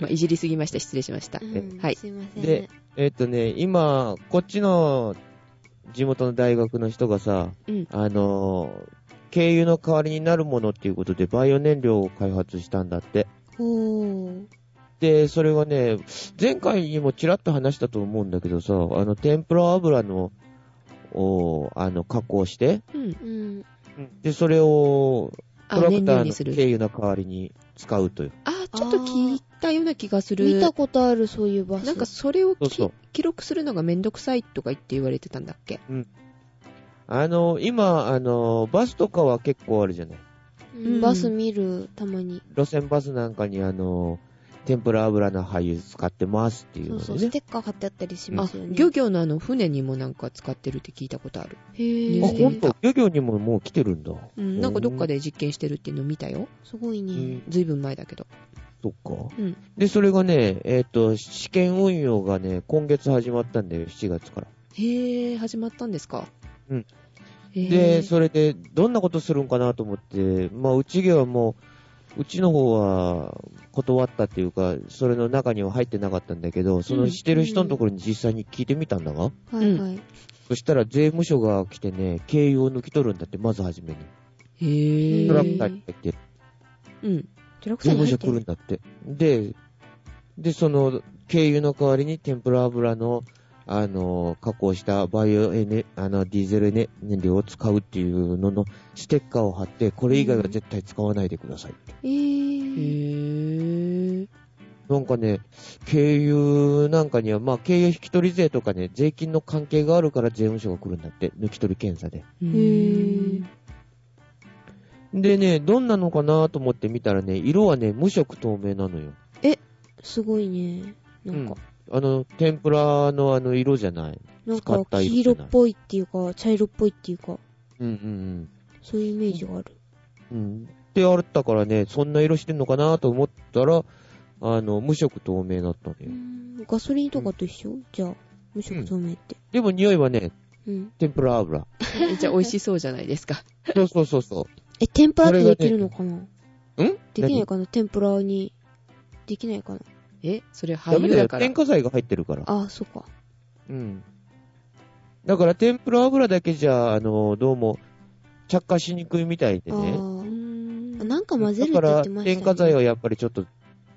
C: まあ、いじりすぎました、失礼しました
A: う。ん
C: はい
A: すいません。
B: で、えっとね、今、こっちの地元の大学の人がさ、
C: うん
B: あのー、経由の代わりになるものっていうことでバイオ燃料を開発したんだって。
A: おー。
B: で、それがね、前回にもちらっと話したと思うんだけどさ、あの、天ぷら油の、を、あの、加工して、
C: うん。
A: うん。
B: で、それを、
C: あ、
B: トラ
C: 燃
B: クタ
C: 料
B: ー
C: に
B: の
C: す
B: 経
C: る。
B: 由の代わりに使うという。
C: あー、ちょっと聞いたような気がす
A: 見
C: る
A: た。ことある、そういうバス。
C: なんかそれをき
B: そうそう
C: 記録するのがめんどくさいとか言って言われてたんだっけ
B: あの、今、あの、バスとかは結構あるじゃない。
A: うんバス見る、たまに。
B: 路線バスなんかに、あの、天ぷら油の廃油使ってますってい
A: そううそ
B: の
A: う、
B: で
A: ス
B: ね。
A: テッカー貼ってあったりしま
C: あ
A: すよ、ね。
C: 漁業のあの船にもなんか使ってるって聞いたことある。
A: へ
C: う
B: あ、
C: そう
B: ほ
A: ぇ
B: ん
A: ー。
B: と、漁業にももう来てるんだ。
C: うん、なんかどっかで実験してるっていうのを見たよ。
A: すごいうね。
B: ん。
C: ずいぶん前だけど。
B: そっか。
C: うん。
B: で、それがね、えっ、と、試験運用がね、今月始まったんだよ、7月から。
C: へー、始まったんですか。
B: うん。
C: へー
B: で、それで、どんなことするんかなと思って、まあ、うちげはもう、うちの方は断ったっていうか、それの中には入ってなかったんだけど、そのしてる人のところに実際に聞いてみたんだが、
A: はいはい。
B: そしたら税務署が来てね、経由を抜き取るんだって、まずはじめに。
C: へ
A: へ
C: ー。
B: ト
A: ー
B: ラクターに入って、
C: うん。
A: トラク
B: 税
A: ターに
B: 務
A: 入
B: 署
A: って
B: 来
A: る
B: るんだって。で、で、その、経由の代わりに天ぷら油の、あの、加工したバイオエネ、あの、ディーゼルエネ燃料を使うっていうののステッカーを貼って、これ以外は絶対使わないでください。
A: え
C: へ
A: ー。
C: ー。
B: なんかね、経由なんかには、まあ、経由引き取り税とかね、税金の関係があるから税務署が来るんだって、抜き取り検査で。
C: へ
A: ー
B: でね、どんなのかなと思って見たらね、色はね、無色透明なのよ。
A: すごいね。なんか、
B: あの、天ぷらのあの色じゃない。
A: なん
B: 使っ
A: か
B: た色
A: 黄
B: じ
A: 色
B: ゃ
A: っ
B: ない
A: ぽいっていうか、茶色っぽいっていうか、
B: うんうん
A: そういうイメージがある。
B: うん。うん。ってあったからね、そんな色してんのかなと思ったら、あの、無色透明だったの
A: う
B: よ。
A: んガソリンとかと一緒じゃあ、無色透明って。
B: でも匂いはね、
A: うん。
B: 天ぷら油。
C: じゃあ美味しそうじゃないですか。
B: そうそうそうそう。
A: え、天ぷらってできるのかなんできない
B: 何
A: かな天ぷらに。できないかな
C: え、それ俳
B: ダメ
C: 優
B: だ
C: だ
B: よ。
C: から
B: 添。加剤が入ってるから。
A: ああ、そっか。
B: うん。だから天ぷら油だけじゃ、あの、どうも、着火しにくいみたいで
A: ああ
B: ね。
A: ー。なんか混ぜるって
B: だ
A: 言
B: か
A: って
B: ら、
A: ましたね。
B: 添加剤をやっぱりちょっと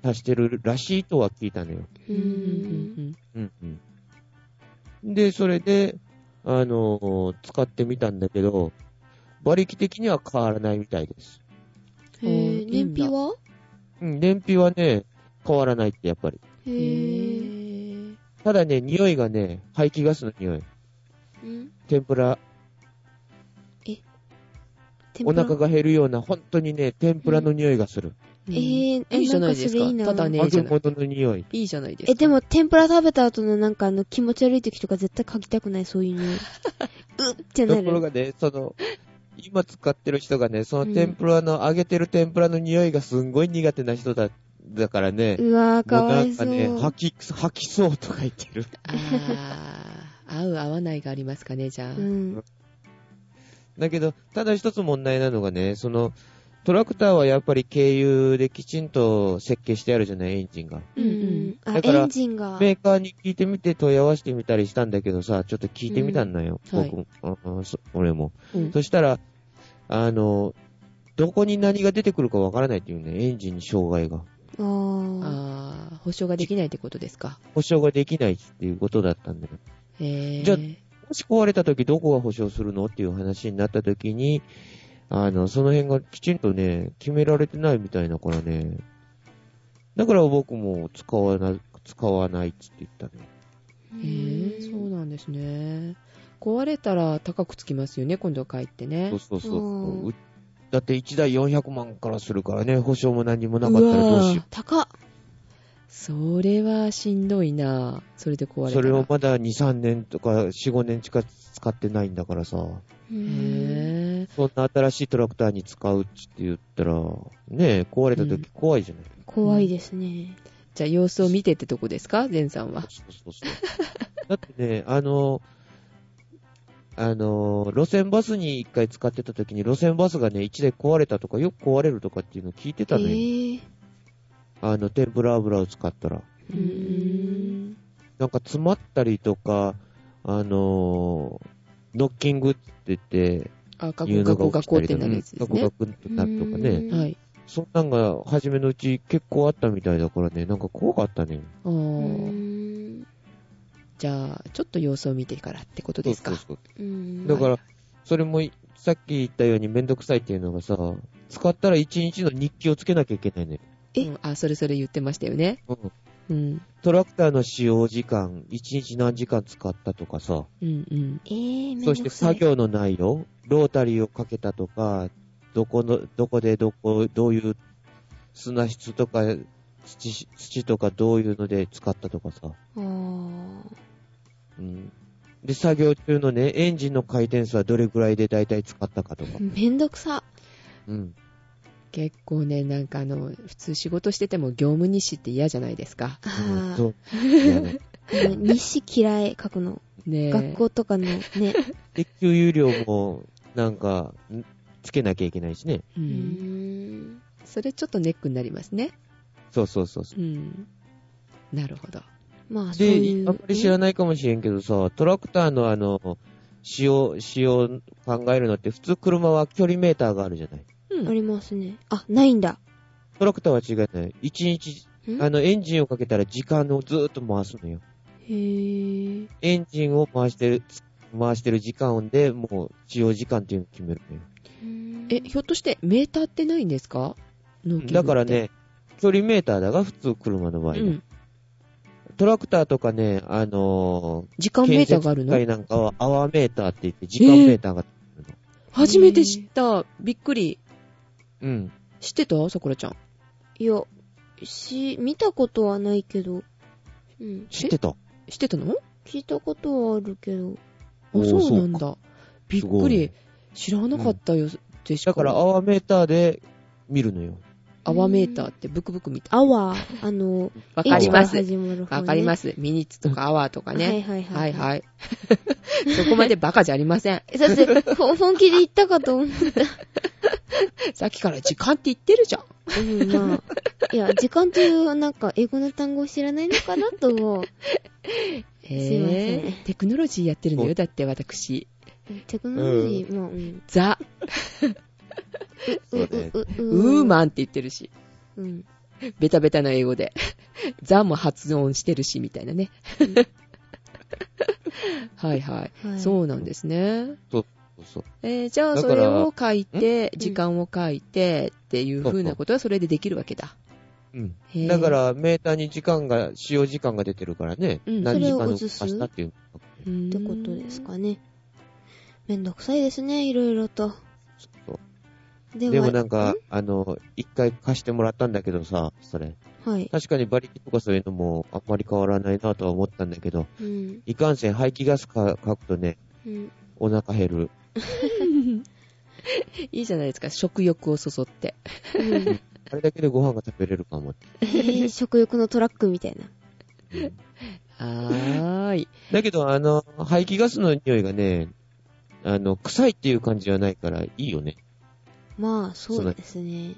B: 足してるらしいとは聞いたのよ。
A: う
C: うん
A: ん。
B: うんうん。で、それで、あの使ってみたんだけど、馬力的には変わらないみたいです。
A: へえ、
C: うん
A: 燃費は
B: うん、燃費はね、変わらないってやっぱり。
A: へ
C: へ
A: え。
C: ー
B: ただね、匂いがね、排気ガスの匂い。
A: うん
B: 天ぷら、
A: 天
B: お
A: ぷら
B: 腹が減るような、本当にね、天ぷらの匂いがする。
A: え
C: い
A: ー、え、
C: いじゃ
A: な
C: なんい
A: かそ
C: です
A: れい
C: か
A: い。な
C: ただね、い
B: 揚
C: いじ
B: げ
C: ゃない。
B: 物の匂い。
C: いいじゃないですか。
A: え、でも、天ぷら食べた後のなんかあの気持ち悪い時とか絶対嗅ぎたくない、そう いうの。うっってな
B: ところ
A: る。
B: がね、その、今使ってる人がね、そ
A: うん
B: の天ぷらの、揚げてる天ぷらの匂いがすんごい苦手な人だ、だからね、
A: うわー、か
B: もうな
A: わ
B: ん
A: いそ
B: か
A: う。
B: ね、吐き、吐きそうとか言ってる。
C: あー合う合わないがありますかね、じゃあ。
A: うん。
B: だけど、ただ一つ問題なのがね、その、トラクターはやっぱり軽油できちんと設計してあるじゃない、エンジンが。
A: う
C: うんん
A: う
C: うんん。
A: あ、
B: だから
A: エンジンが。
B: メーカーに聞いてみて問い合わせてみたりしたんだけどさ、ちょっと聞いてみたんだよ、
C: うんはい
B: 僕も、うんうんそ俺も、
C: うん
B: そしたら、あの、どこに何が出てくるかわからないっていうね、エンジンに障害が。
A: あー。
C: あー保証ができないってことですか。
B: 保証ができないっていうことだったんだよ。
C: えー、
B: じゃあもし壊れた時どこが保証するのっていう話になった時に、あの、その辺がきちんとね、決められてないみたいだからね。だから僕も使わな、使わないっつって言ったね。
A: へ
C: へーそうなんですね。壊れたら高くつきますよね、今度は帰ってね
B: そう。そうそう
A: ん
B: う。うだって1台400万からするからね、保証も何もなかったらどうしよ
A: 高っ。
C: それはしんどいなそれで壊れた
B: う。
C: ら。
B: それをまだ2、3年とか4、5年しか使ってないんだからさ。
A: う
C: へ
A: ん
C: ー
B: そんな新しいトラクターに使うっつって言ったら、ねえ、壊れた時怖いじゃない。
A: 怖いですね。
C: じゃあ様子を見てってとこですか、善さんは。
B: そうそうそう。だってね、あの、あの、路線バスに一回使ってた時に、路線バスがね、一台壊れたとか、よく壊れるとかっていうのを聞いて
A: え
B: たのよ。
A: ー。
B: あの、天ぷら油を使ったら。
A: う
C: うんん。
B: なんか詰まったりとか、あの、ノッキングって言って、
C: あ、学
B: いう
C: 校、学
B: の
C: 校、
B: が
C: 学
B: 起き
C: 校
B: た
C: っ
B: りと
C: て
B: か、
C: なるやつです
B: ガ
C: ね。
B: クガクになるとかね。
A: うん
C: はい。
B: そんなんが初めのうち結構あったみたいだからね、なんか怖かったね。
C: あ
A: う
C: ー
A: ん。
C: じゃあ、ちょっと様子を見てからってことですか。
B: そうそうそう
A: うん
B: だから、それもい、さっき言ったようにめんどくさいっていうのがさ、使ったら1日の日記をつけなきゃいけないね。
A: え
C: うんあ、それそれ言ってましたよね。
B: うん。
C: うん。
B: トラクターの使用時間、1日何時間使ったとかさ、
C: うんうん。
A: えー、めんどくさ
B: そ
A: い
B: して作業の内容、ロータリーをかけたとか、どこの、どこでどこ、どういう砂質とか、土し、土とかどういうので使ったとかさ、
A: あー。
B: うん。で、作業中のね、エンジンの回転数はどれぐらいで大体使ったかとか、
A: めんどくさ。
B: うん。
C: 結構ね、なんかあの、普通仕事してても業務日誌って嫌じゃないですか。
B: うん
A: あ
B: そ
A: ー。
B: う。いやね
A: あの日誌嫌い、書くの。
C: ねえ
A: 学校とかのね。
B: で、給油量も、なんか、んつけなきゃいけないしね。
A: う
C: う。
A: んん。
C: それちょっとネックになりますね。
B: そうそうそうそう。
C: うん。なるほど。
A: まあ、そうい
B: で、
A: う。
B: あんまり知らないかもしれんけどさ、トラクターのあの、使用、使用考えるのって普通車は距離メーターがあるじゃない。
C: う
A: あ
C: ん。
A: りますね。あ、ないんだ。
B: トラクターは違いない。一日、
A: ん
B: あの、エンジンをかけたら時間をずーっと回すのよ。
A: へぇ
B: エンジンを回してる、回してる時間で、もう、使用時間っていうのを決めるのよ。
C: え、ひょっとしてメーターってないんですか農機具って
B: だから、ね、距離メーターだが普通車の場合
C: う
B: ね、
C: ん。
B: トラクターとかね、あのー
C: 時間メーターがあるの
B: 建設機械なんかは、アワーメーターって言って、時間メーターが、
C: 初めて知った。びっくり。
B: うん。
C: 知ってたさくらちゃん。
A: いや、し、見たことはないけど、うん、
B: 知ってた
C: 知ってたの
A: 聞いたことはあるけど、
B: お
C: あ、
B: ー
C: そうなん
B: そ
C: だ。びっ
B: すご
C: く
B: い
C: り
B: ね。
C: 知らなかったよ、でし
B: だから、アワーメーターで見るのよ。
C: 泡メーターってブクブクみたい。
A: アワー、あの、
C: わかります。
A: H から始まる方ね
C: わかります。ミニッツとかアワーとか
A: はい
C: ね。
A: はいはい。
C: はいはい。 そこまでバカじゃあり ません。
A: だって、ほ本気で言ったかと思う。
C: さっきから時間って言ってるじゃん。
A: うん、まあ。いや、時間という、なんか、英語の単語を知らないのかなと思う。すいません
C: えーテクノロジーやってるのよ。
B: お
C: だって私。
A: テクノロジー、まあ、うん。
C: ザ・
A: う、う、う、
C: ウーマンって言ってるし。
A: ン。うん。
C: ベタベタな英語で。 ザも発音してるし、みたいなね。 はいはい。
A: はい。
C: そうなんですね。
B: そうそう。
C: えーじゃあ
B: だ
C: そ
B: から
C: れを書いて、
A: ん
C: 時間を書いてっていう風なことはそれでできるわけだ。
B: うん。
C: へー
B: だか、ら、メーターに時間が、使用時間が出てるからね。
C: うん
B: 何時間
A: それを
B: 動
A: 移
B: か
A: す
B: したっていう。
C: っ
A: ってことです。かね。めんどくさいですね、いろいろと。
B: そう
A: で
B: でもなんか、あの、一回貸してもらったんだけどさ、それ。
A: はい。
B: 確かに馬力とかそういうのもあんまり変わらないなとは思ったんだけど、
A: うん。
B: いかんせん排気ガスか書くとね、
A: うん。
B: お腹減る。
C: いいじゃないですか、食欲をそ そって。
A: うん
B: あれだけでご飯が食べれるかも。
A: えー食欲のトラックみたいな。
B: うん
C: はーい。
B: だけど、あの、排気ガスの匂いがね、あの、臭いっていう感じはないからいいよね。
A: まあ、そうですね。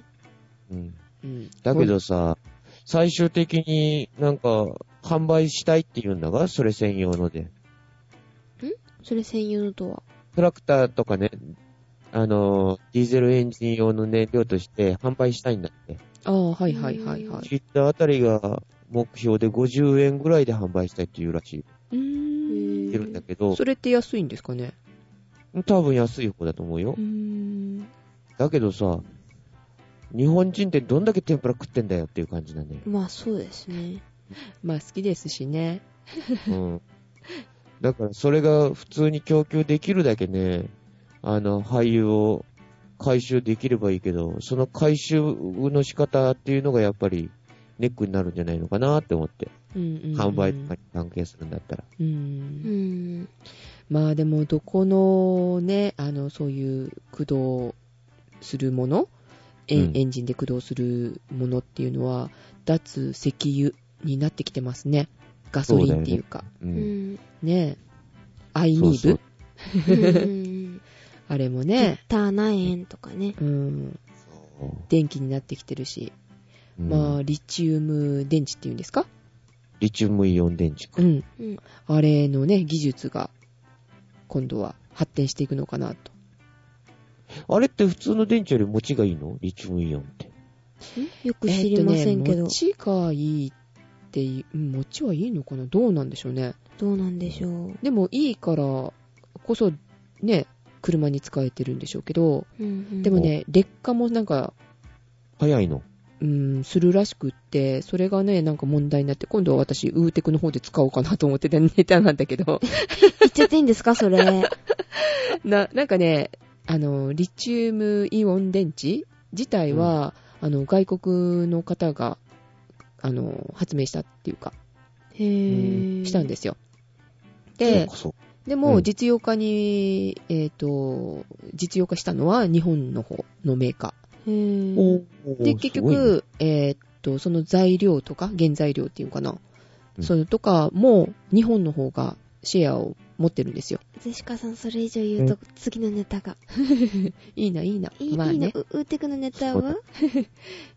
B: うん。
C: うん
B: だけ、どさ、最終的になんか、販売したいって言うんだが、それ専用ので。
A: それ専用のとは。。
B: トラクターとかね、あの、ディーゼルエンジン用の燃料として販売したいんだって。
C: ああ、はいはいはいはい。
B: ツイッターあたりが目標で50円ぐらいで販売したいっていうらしい。
C: う
B: 言
C: ーん
B: ってるんだけど、
C: それって安いんですかね
B: 多分安い方だと思うよ
C: う。ーん。
B: だけどさ、日本人ってどんだけ天ぷら食ってんだよっていう感じだね
A: まあ、そうですね。
C: まあ好きですしね。
B: うん。だからそれが普通に供給できるだけね、あの、俳優を回収できればいいけど、その回収の仕方っていうのがやっぱりネックになるんじゃないのかなって思って。
C: うんうんうん
B: 販売とかに関係するんだったら。
C: う
A: うんん。
C: まあでもどこのねあのそういう駆動するもの、エン
B: うん
C: エンジンで駆動するものっていうのは脱石油になってきてますねガソリンっていうか
B: う。
A: うんん。
C: ねアイ
B: そう
C: ミーブ
B: そう。
A: うん。
C: あれも
A: ギ
C: ね、
A: ター何円とかね。
C: うん、
B: そう
C: 電気になってきてるし、
B: うん
C: まあリチウム電池っていうんですか
B: リチウムイオン電池か
C: う。ん
A: うん。
C: あれのね技術が今度は発展していくのかなと
B: あれって普通の電池より持ちがいいのリチウムイオンって。
A: よく知りませんけ
C: えっ
A: ど、
C: とね、餅がいいっていう、うん餅はいいのかなどうなんでしょうね。
A: どうなんでしょう。
C: でもいいからこそ、ね、車に使えてるんでしょうけど、
A: うん
C: でもね、劣化もなんか、
B: 早いの。
C: うん、するらしくって、それがね、なんか問題になって、今度は私、ウーテクの方で使おうかなと思って たネタなんだけど、
A: 言っちゃっていいんですか、 それ。
C: な、なんかね、あの、リチウムイオン電池自体は、あの、外国の方が、あの、発明したっていうか、
A: へぇ
C: したんですよ。
B: そう
C: で
B: か、そうか
C: でも
B: うん
C: 実用化に、えっ、と、実用化したのは日本の方のメーカ
A: へぇ
B: おー
C: ー。で、結、
B: すごいね
C: 局、えっ、と、その材料とか、原材料っていうかな、
B: うん
C: それとかも日本の方がシェアを持ってるんですよ。
A: ゼシカさん、それ以上言うと、次のネタが。
C: いいな、いいな。
A: いい、
C: まあ
A: いいの
C: ね。
A: ウウーテクのネタは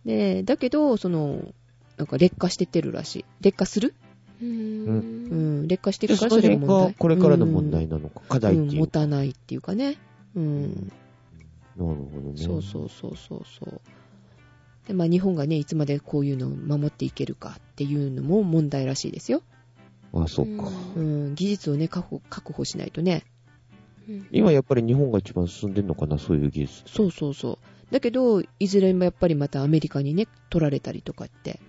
C: で、だけど、その、なんか劣化してってるらしい。劣化する
A: う。
B: う
C: うんん、劣化して
B: で
C: るか
B: その
C: らそれが
B: 辺
C: 問題
B: が。これからの問題なのか、課
C: う
B: 題
C: ん、
B: って
C: うん、
B: いう
C: 持
B: か。
C: たないっていうかね。うん
B: なるほどね。
C: そうそうそうそうそう。で、まあ日本がね、いつまでこういうのを守っていけるかっていうのも問題らしいですよ。
B: あ、そっか。
C: うん、技術をね、確保確保しないとね。
A: うん。
B: 今やっぱり日本が一番進んでんのかな、そういう技術。
C: そうそうそう。だけど、いずれもやっぱりまたアメリカにね、取られたりとかって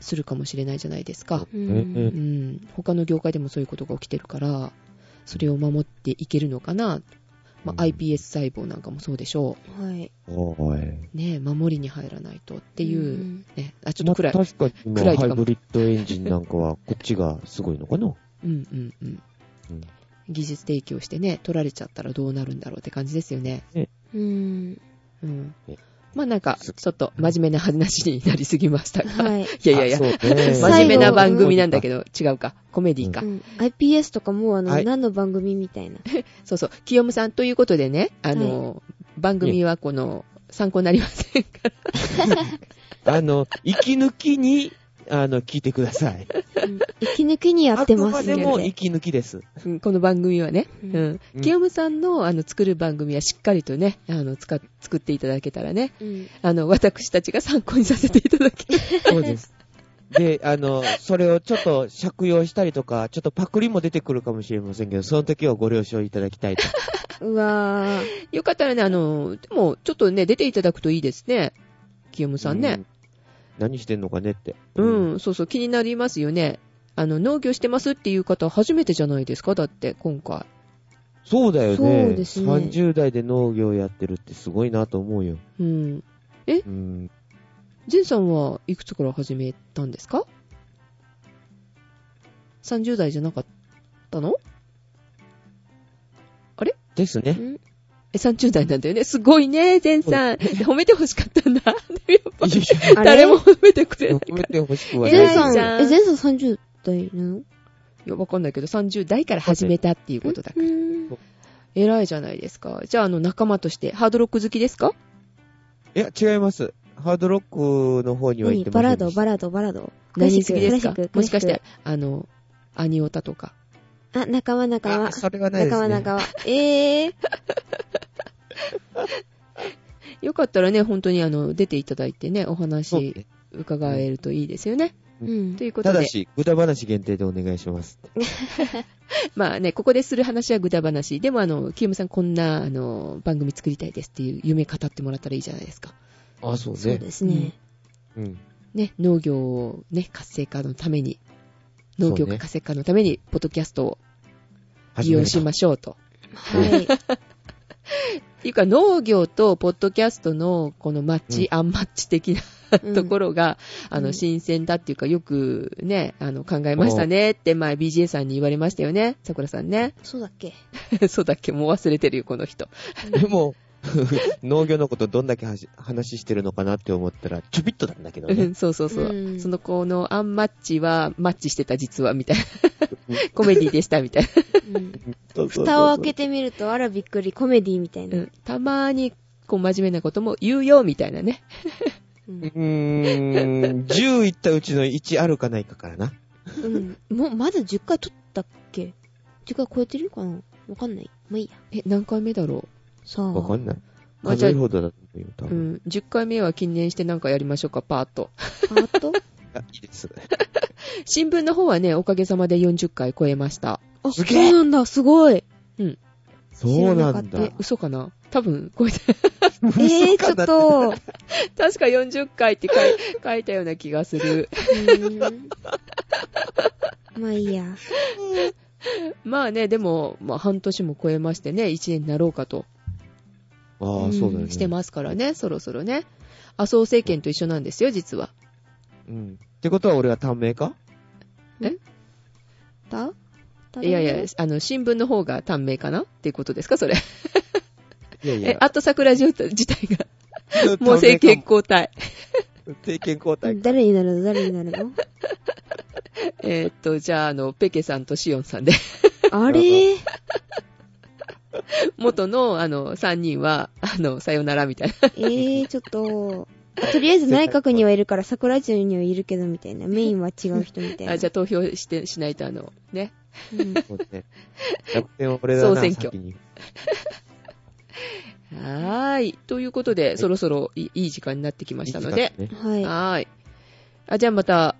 C: するかもしれないじゃないですか。
A: う。
C: うんん、他の業界でもそういうことが起きてるから、それを守っていけるのかな。まあ、
B: うん
C: iPS 細胞なんかもそうでしょ
A: はい。っ
B: おい。
C: う。ねえ守りに入らないとって
A: て
C: いう、ね、あ、ちょっと暗い。
B: まあ確かに今
C: 暗いと
B: ハ
C: か
B: イ
C: も
B: ブリッドエンジンなんかは、こっちがすごいのかな
C: うんうんうん。
B: うん
C: 技術提供してね、取られちゃったらどうなるんだろうって感じですよね。
A: うん。
C: うん
B: え。
C: まあなんか、ちょっと真面目な話になりすぎました が。
A: はい。
C: いやいやい
B: あ
C: や、
B: そうね
C: 真面目な番組なんだ
B: ど。
C: けど、違うか。コメディか。
A: うん iPS とかもうあの、
B: はい
A: 何の番組みたいな。
C: そうそう。清むさんということでね、あの、番組はこの、参考になりませんから。
B: あの、息抜きに、あの、聞いてくださ い。
A: うん息抜きにやってます
B: あくま
A: の
B: で
A: で。
B: も息抜きです。
C: うんこの番組はね。
A: う
C: うんん。
B: うん
C: 清むさんの、あの、作る番組はしっかりとね、あの、使っ作っていただけたらね、
A: うん
C: あの、私たちが参考にさせていただき。
B: そうです。で、あの、それをちょっと借用したりとか、ちょっとパクリも出てくるかもしれませんけど、その時はご了承いただきたいと。
A: うわ
C: よかったらね、あの、でも、ちょっとね、出ていただくといいですね。清むさん
B: う
C: ね。。
B: 何してんのかねって。
C: うん、そうそう、気になりますよね。あの、農業してますっていう方、初めてじゃないですかだって、今回。
B: そうだよね。
A: そうですね
B: 30代で農業やってるってすごいなと思うよ。
C: うん。
B: うん。
C: ジェンさんはいくつから始めたんですか ?30 代じゃなかったの
B: です
A: ー
B: ね。
A: ん
C: え、30代なんだよね。すごいね、ジェンさん。 褒めてほしか ったんだ。でもやっ
A: あ
C: ぱ
A: れ
C: 誰も褒めてくれない
B: 褒
C: か
B: め
C: ら。
B: てほしくは
A: え
B: ない。
C: 偉い
A: ゼンさ
C: じゃ
A: ん、
C: ん
A: え、ゼンさん30代なの
C: いや、わかんないけど、30代から始めたっていうことだから。
A: うん
C: 偉いじゃないですか。じゃあ、あの、仲間として、ハードロック好きですか
B: いや、違います。ハードロックの方には行っ
A: 何
B: て
A: バラード、
B: ド
A: バラード、バラード。
C: 何好きですか
A: クラシック
C: もしかし。
A: ク
C: て、あの、アニオタとか。
A: ラシックあ、仲間、仲間
B: あ、。それはないです
A: 仲
B: ね。
A: 間、仲間。えー。
C: よかったらね、本当にあの、出ていただいてね、お
B: そう
C: 話
B: ね
C: 伺えるといいですよね。
A: うん
C: ということ
B: た
C: で
B: だ、し、豚話限定でお願いします。
C: まあね、ここでする話はぐだ話。でもあの、キムさんこんな、あの、番組作りたいですっていう夢語ってもらったらいいじゃないですか。
B: あ、そう
A: そうですね。
B: うん。
C: ね、農業をね、活性化のために、農業
B: そうね
C: 活性化のために、ポッドキャストを利
B: 始め
C: 用
B: る
C: しましょうと。
A: はい。
C: っていうか、農業とポッドキャストのこのマッチ、アンマッチ的な
A: うん
C: ところが、あ
A: う
C: の、
A: ん
C: 新鮮だっていうか、よくね、あの、考えましたねって、前 BJ さんに言われましたよね。桜さ んね。
A: そうだっけ
C: そうだっけもう忘れてるよ、この人。
B: でも、 農業のことどんだけはし話してるのかなって思ったら、ちょびっとなんだけど
C: う
B: ね
C: ん。 そうそうそう。
A: うん
C: その子のアンマッチは、マッチしてた実は、みたいな。コメディでした、みたい
A: うん
B: そうそうそう
A: 蓋を開けてみると、あらびっくり、コメディみたい
C: な。う
A: な。
C: んたまに、こう、真面目なことも言うよ、みたいなね。
A: うん
B: うーん、10いったうちの1あるかないかからな。
A: うん。もう、まだ10回撮ったっけ ?10 回超えてるかなわかんない。まあいいや。
C: え、何回目だろ
A: さあ。
B: わかんない。
C: まあじ
B: 数
C: ゃあ
B: えるほどだと思うよ、多
C: う。う
B: 分。
C: ん。10回目は記念してなんかやりましょうか、パーッと。
A: パート
B: あ、いいです。
C: 新聞の方はね、おかげさまで40回超えました。
A: あ、そ
B: す
A: う
B: げえ
A: なんだ、すごい。
B: そうなん
A: 知らな
B: だ
A: かっ。
C: 嘘かな多分超えて、
A: えー、ちょっと。う
C: 確か40回って書 い書いたような気がする。
A: ーんまあいいや。
C: まあね、でも、まあ半年も超えましてね、1年になろうかと
B: ああ、そうだよね。
C: してますからね、そろそろね。麻生政権と一緒なんですよ、実は。
B: うん。ってことは俺は短命か
A: だだ
C: いやいや、あの、新聞の方が短命かなっていうことですか、それ。
B: いやい
C: え
B: や、、
C: あと桜じゅうた自体が、
B: 短命か
C: もう政権。交代。
B: 政権交代。
A: 誰になるの誰になるの
C: えーっと、じゃあ、あの、ペケさんとシオンさんで、
A: あれ
C: 元の、あの、3人は、あの、さよならみたいな。
A: えー、ちょっと。とりあえず内閣にはいるから、桜中にはいるけどみたいな。メインは違う人みたいな。
C: あじゃあ投票して、しないと、あの、ね、
A: うん
B: そうね。楽天は俺だな、
C: 総選挙
B: 先に。
C: はーい。ということで、そろそろいいい時間になってきましたので。
B: いい時間ね。
A: は
C: はーい。あ、じゃあまた、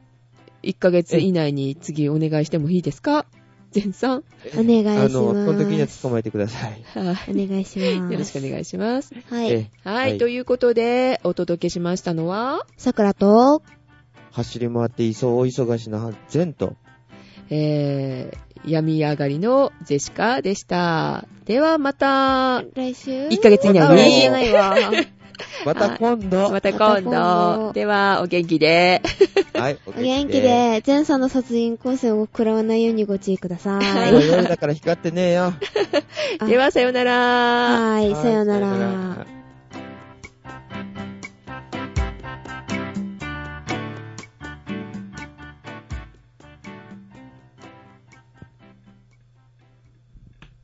C: 1ヶ月以内に次お願いしてもいいですか全さん。
A: い。お願いします。
B: あの、その時には捕まえてください。
C: はい。
A: お願いします。
C: よろしくお願いします。
A: は
B: え
A: い。
B: え
C: はい。
B: はい
C: ということで、お届けしましたのは、
A: 桜と、
B: 走り回っていそうお忙しな善と、
C: えー、病み上がりのジェシカでした。ではまた、
A: 来週
C: 1ヶ月以
B: い
A: あ
B: や
C: 内
A: 来週じ
C: に
A: ゃ。ないわ。
B: また今度。
C: また今
A: また今
C: 度。
A: 度
C: では、お元気で。
B: はい、お
A: お元気。で、前さんの殺人光線を食らわないようにご注意くださ
B: 今
A: い。
B: 日夜だから光ってねえよ。
A: あ
C: では、さようなら。
A: はーい、さような
B: は
A: ら。
B: い。